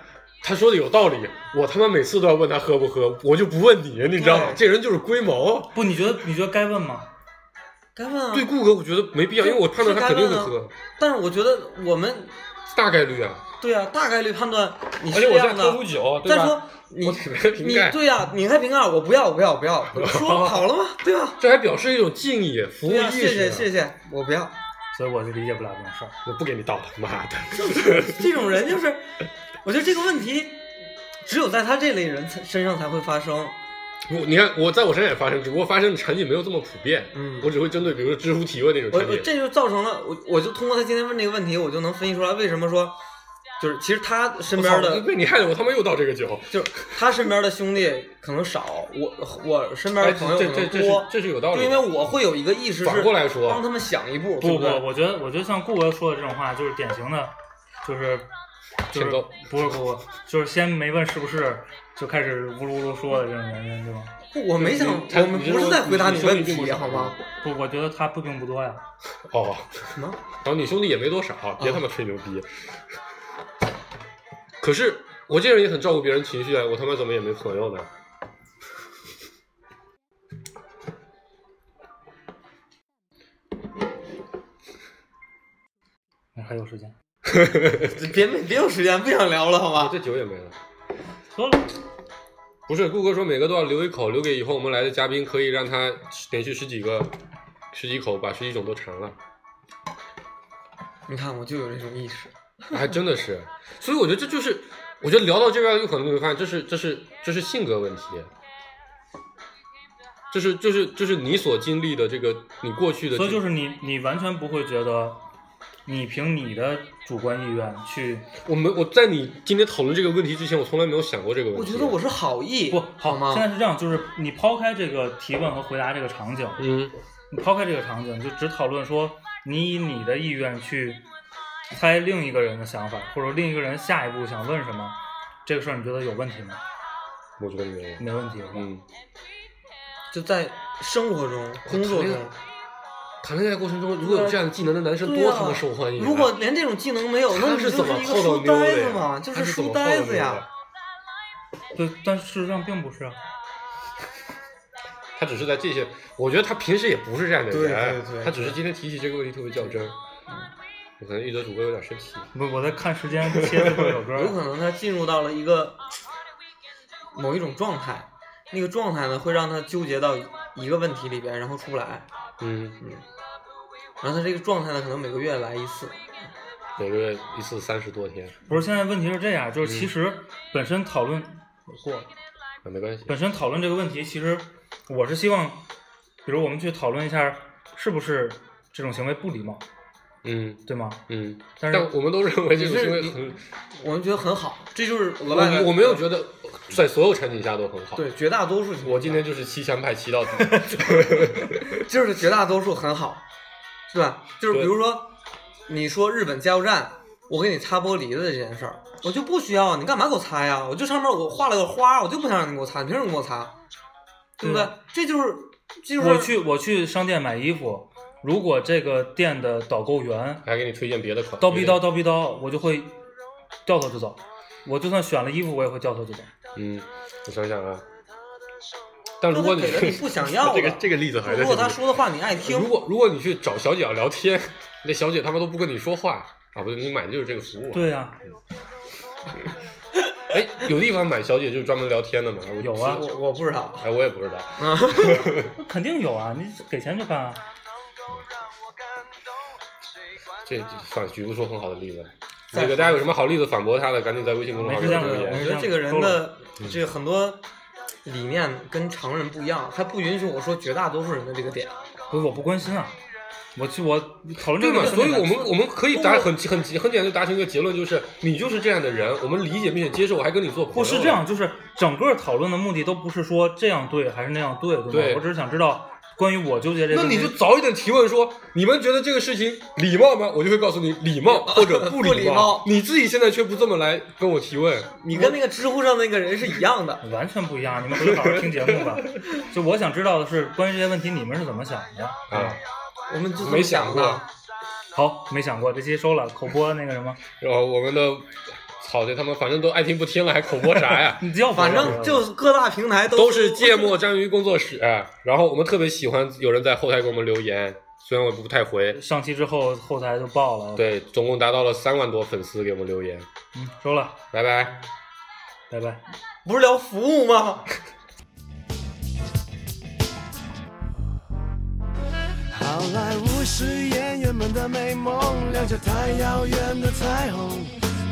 他说的有道理，我他妈每次都要问他喝不喝，我就不问你，你知道吗？这人就是龟毛。
不，你觉得你觉得该问吗？
该问啊。
对顾客，我觉得没必要，因为我判断他肯定会
是该问
喝，
但是我觉得我们
大概率啊。
对啊，大概率判断你
而
是
且
这
我在
样
喝
的
壶。酒，对
再
吧
说？你
我开瓶
你
盖，
对呀、你开瓶盖，我不要，我不要，我不 要，说好了吗？对吧？
这还表示一种敬意、服务
对呀、啊
意识。啊
谢谢谢谢，我不 要。
所以我就理解不了这种事儿。
我不给你倒了，妈的！
这种人就是，我觉得这个问题只有在他这类人才身上才会发生。
我你看，我在我身上也发生，只不过发生的场景没有这么普遍。
嗯
我只会针对比如说知乎提问那种
我
场
我
景。
这就造成了我我就通过他今天问这个问题，我就能分析出来为什么说，就是其实他身
我
边
操
的
被你害得我他妈又倒这个酒。
就是他身边的兄弟可能少，我我身边
哎，
的朋友
这
可
这
能
这是
多，
这是有道理
就
的。
因为我会有一个意识
反
是
过来说
帮他们想一步，对
不不，
对？
我觉得我觉得像顾哥说的这种话，就是典型的，就是就是
欠揍
不是不不，就是先没问是不是，就开始呜噜呜噜说的这种人，对吗？
不我没想，
他
我们
你
不是在回答
你
问
兄弟并不
题，
少
好 吗？
不，我觉得他不并不多呀。
哦，
什么？
然后你兄弟也没多少，
啊
别他妈吹牛逼。可是我这人也很照顾别人情绪啊，我他妈怎么也没朋友呢？
那还有时间，
别没别有时间，不想聊了，好
我
吧？
这酒也没了。
喝了。
不是，顾哥说每个都要留一口，留给以后我们来的嘉宾，可以让他连续十几个、十几口把十几种都尝了，
你看，我就有这种意识。
还哎真的是。 所以我觉得这就是，我觉得聊到这边，有很多人会发现，这是这是这是性格问题，这是就是就是你所经历的这个你过去的这，
所以就是你你完全不会觉得，你凭你的主观意愿去
我们我在你今天讨论这个问题之前，我从来没有想过这个问
我
题。
觉得我是好意，
不
好吗
现？在是这样，就是你抛开这个提问和回答这个场景，
嗯，
你抛开这个场景，就只讨论说你以你的意愿去猜另一个人的想法，或者另一个人下一步想问什么，这个事儿你觉得有问题吗？
我觉得没有。
没问题。是吧，
嗯，
就在生活中、工作中，
谈恋爱过程中如果有这样的技能的男生，多他妈受欢迎啊。
如果连这种技能没有，那
他
你就是是
怎么
一个
泡到
书
妞
呆
的
子
呀？
嘛，就
他是怎
书
么泡
呆
到
子
妞
呀
的。
对，但事实上并不是啊。
他只是在这些，我觉得他平时也不是这样的人，
对对对。
他只是今天提起这个问题特别较真。我可能一德主播有点生气，
不，我在看时间切这首歌
有可能他进入到了一个某一种状态，那个状态呢会让他纠结到一个问题里边，然后出不来。
嗯，
嗯，然后他这个状态呢，可能每个月来一次。
每个月一次三十多天，
不是，现在问题是这样，就是其实本身讨论过，
啊，没关系，
本身讨论这个问题，其实我是希望，比如我们去讨论一下，是不是这种行为不礼貌，
嗯
对吗？
嗯，
但
但
是
我们都认为这
你
种
是
行为
你
很，
我们觉得很好，这就是额外的
我我没有觉得在所有场景下都很好。
对，，绝大多数情况下
我今天就是七枪派 七到底。
就是绝大多数很好，是吧？就是比如说，你说日本加油站，我给你擦玻璃的这件事儿，我就不需要，你干嘛给我擦呀？我就上面我画了个花，我就不想让你给我擦，你凭什么给我擦？对不对？这就是，这就是
我去我去商店买衣服，如果这个店的导购员
还给你推荐别的款，
叨逼叨叨逼叨，我就会掉头就走。我就算选了衣服，我也会掉头就走。
嗯，我想想啊，但
就
如
是
果
给了你不想要的
这个这个例子还在
如果他说的话你爱听，
如果如果你去找小姐啊聊天， 那小姐他们都不跟你说话啊，不对，你买的就是这个服务、啊。，
对呀、
哎，有地方买小姐就是专门聊天的嘛？我
有啊
我我不知道，
哎，我也不知道。
啊，
肯定有啊，你给钱就干啊。
这这算举不出很好的例子。那个大家有什么好例子反驳他的，赶紧在微信公众号
没
给
事
我
这
留
样
我
言。
觉得这个人的
嗯
这个很多理念跟常人不一样，还不允许我说绝大多数人的这个点。
不是我不关心啊，我去我讨论这
对
个问
嘛？
题
所以
很
我们我们可以达很很很简单就达成一个结论，就是你就是这样的人，我们理解并且接受，我还跟你做朋友。
不是这样，，就是整个讨论的目的都不是说这样对还是那样对，对吗？
对
我只是想知道关于我纠结这个
那
问题。
你就早一点提问说，你们觉得这个事情礼貌吗？我就会告诉你礼貌或者不
不礼貌
你自己现在却不这么来跟我提问，
你跟那个知乎上那个人是一样的，
完全不一样，你们回去好好听节目吧。就我想知道的是，关于这些问题你们是怎么想的？
啊，
我们就这么
没想过
的。
好，没想过，这期收了口播那个什么，？
然后我们的操这他们反正都爱听不听了，啊还口播啥呀
你要不要
反正就是各大平台都
都是芥末章鱼工作室、然后我们特别喜欢有人在后台给我们留言，虽然我不太 回。
上期之后后台就爆了。，
对，总共达到了三万多粉丝给我们留言，
嗯，收了，
拜拜。
拜拜。
不是聊服务吗？
好莱坞是演员们的美梦，亮着太遥远的彩虹。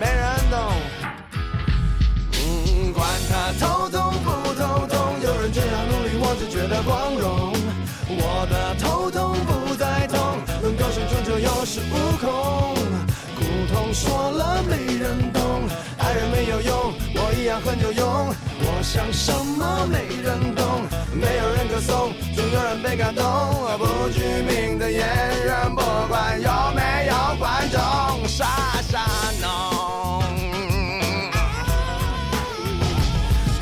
没人懂。嗯，管他头痛不头痛，有人这样努力，我只觉得光荣。我的头痛不再痛，能够生存就有恃无恐。苦痛说了没人懂，爱人没有用，我一样很有用。我想什么没人懂，没有人歌颂，总有人被感动。不具名的演员，不管有没有观众，傻傻弄。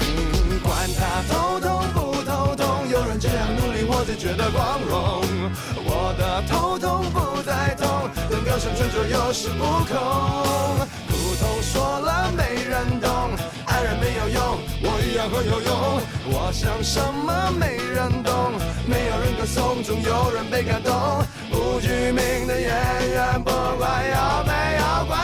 嗯管他头痛不头痛，有人这样努力，我就觉得光荣。我的头痛不再痛，能够生存就有恃无恐。苦痛说了没人懂，爱人没有用，我一样很有用。我想什么没人懂，没有人歌颂，总有人被感动。不具名的演员，不管有没有观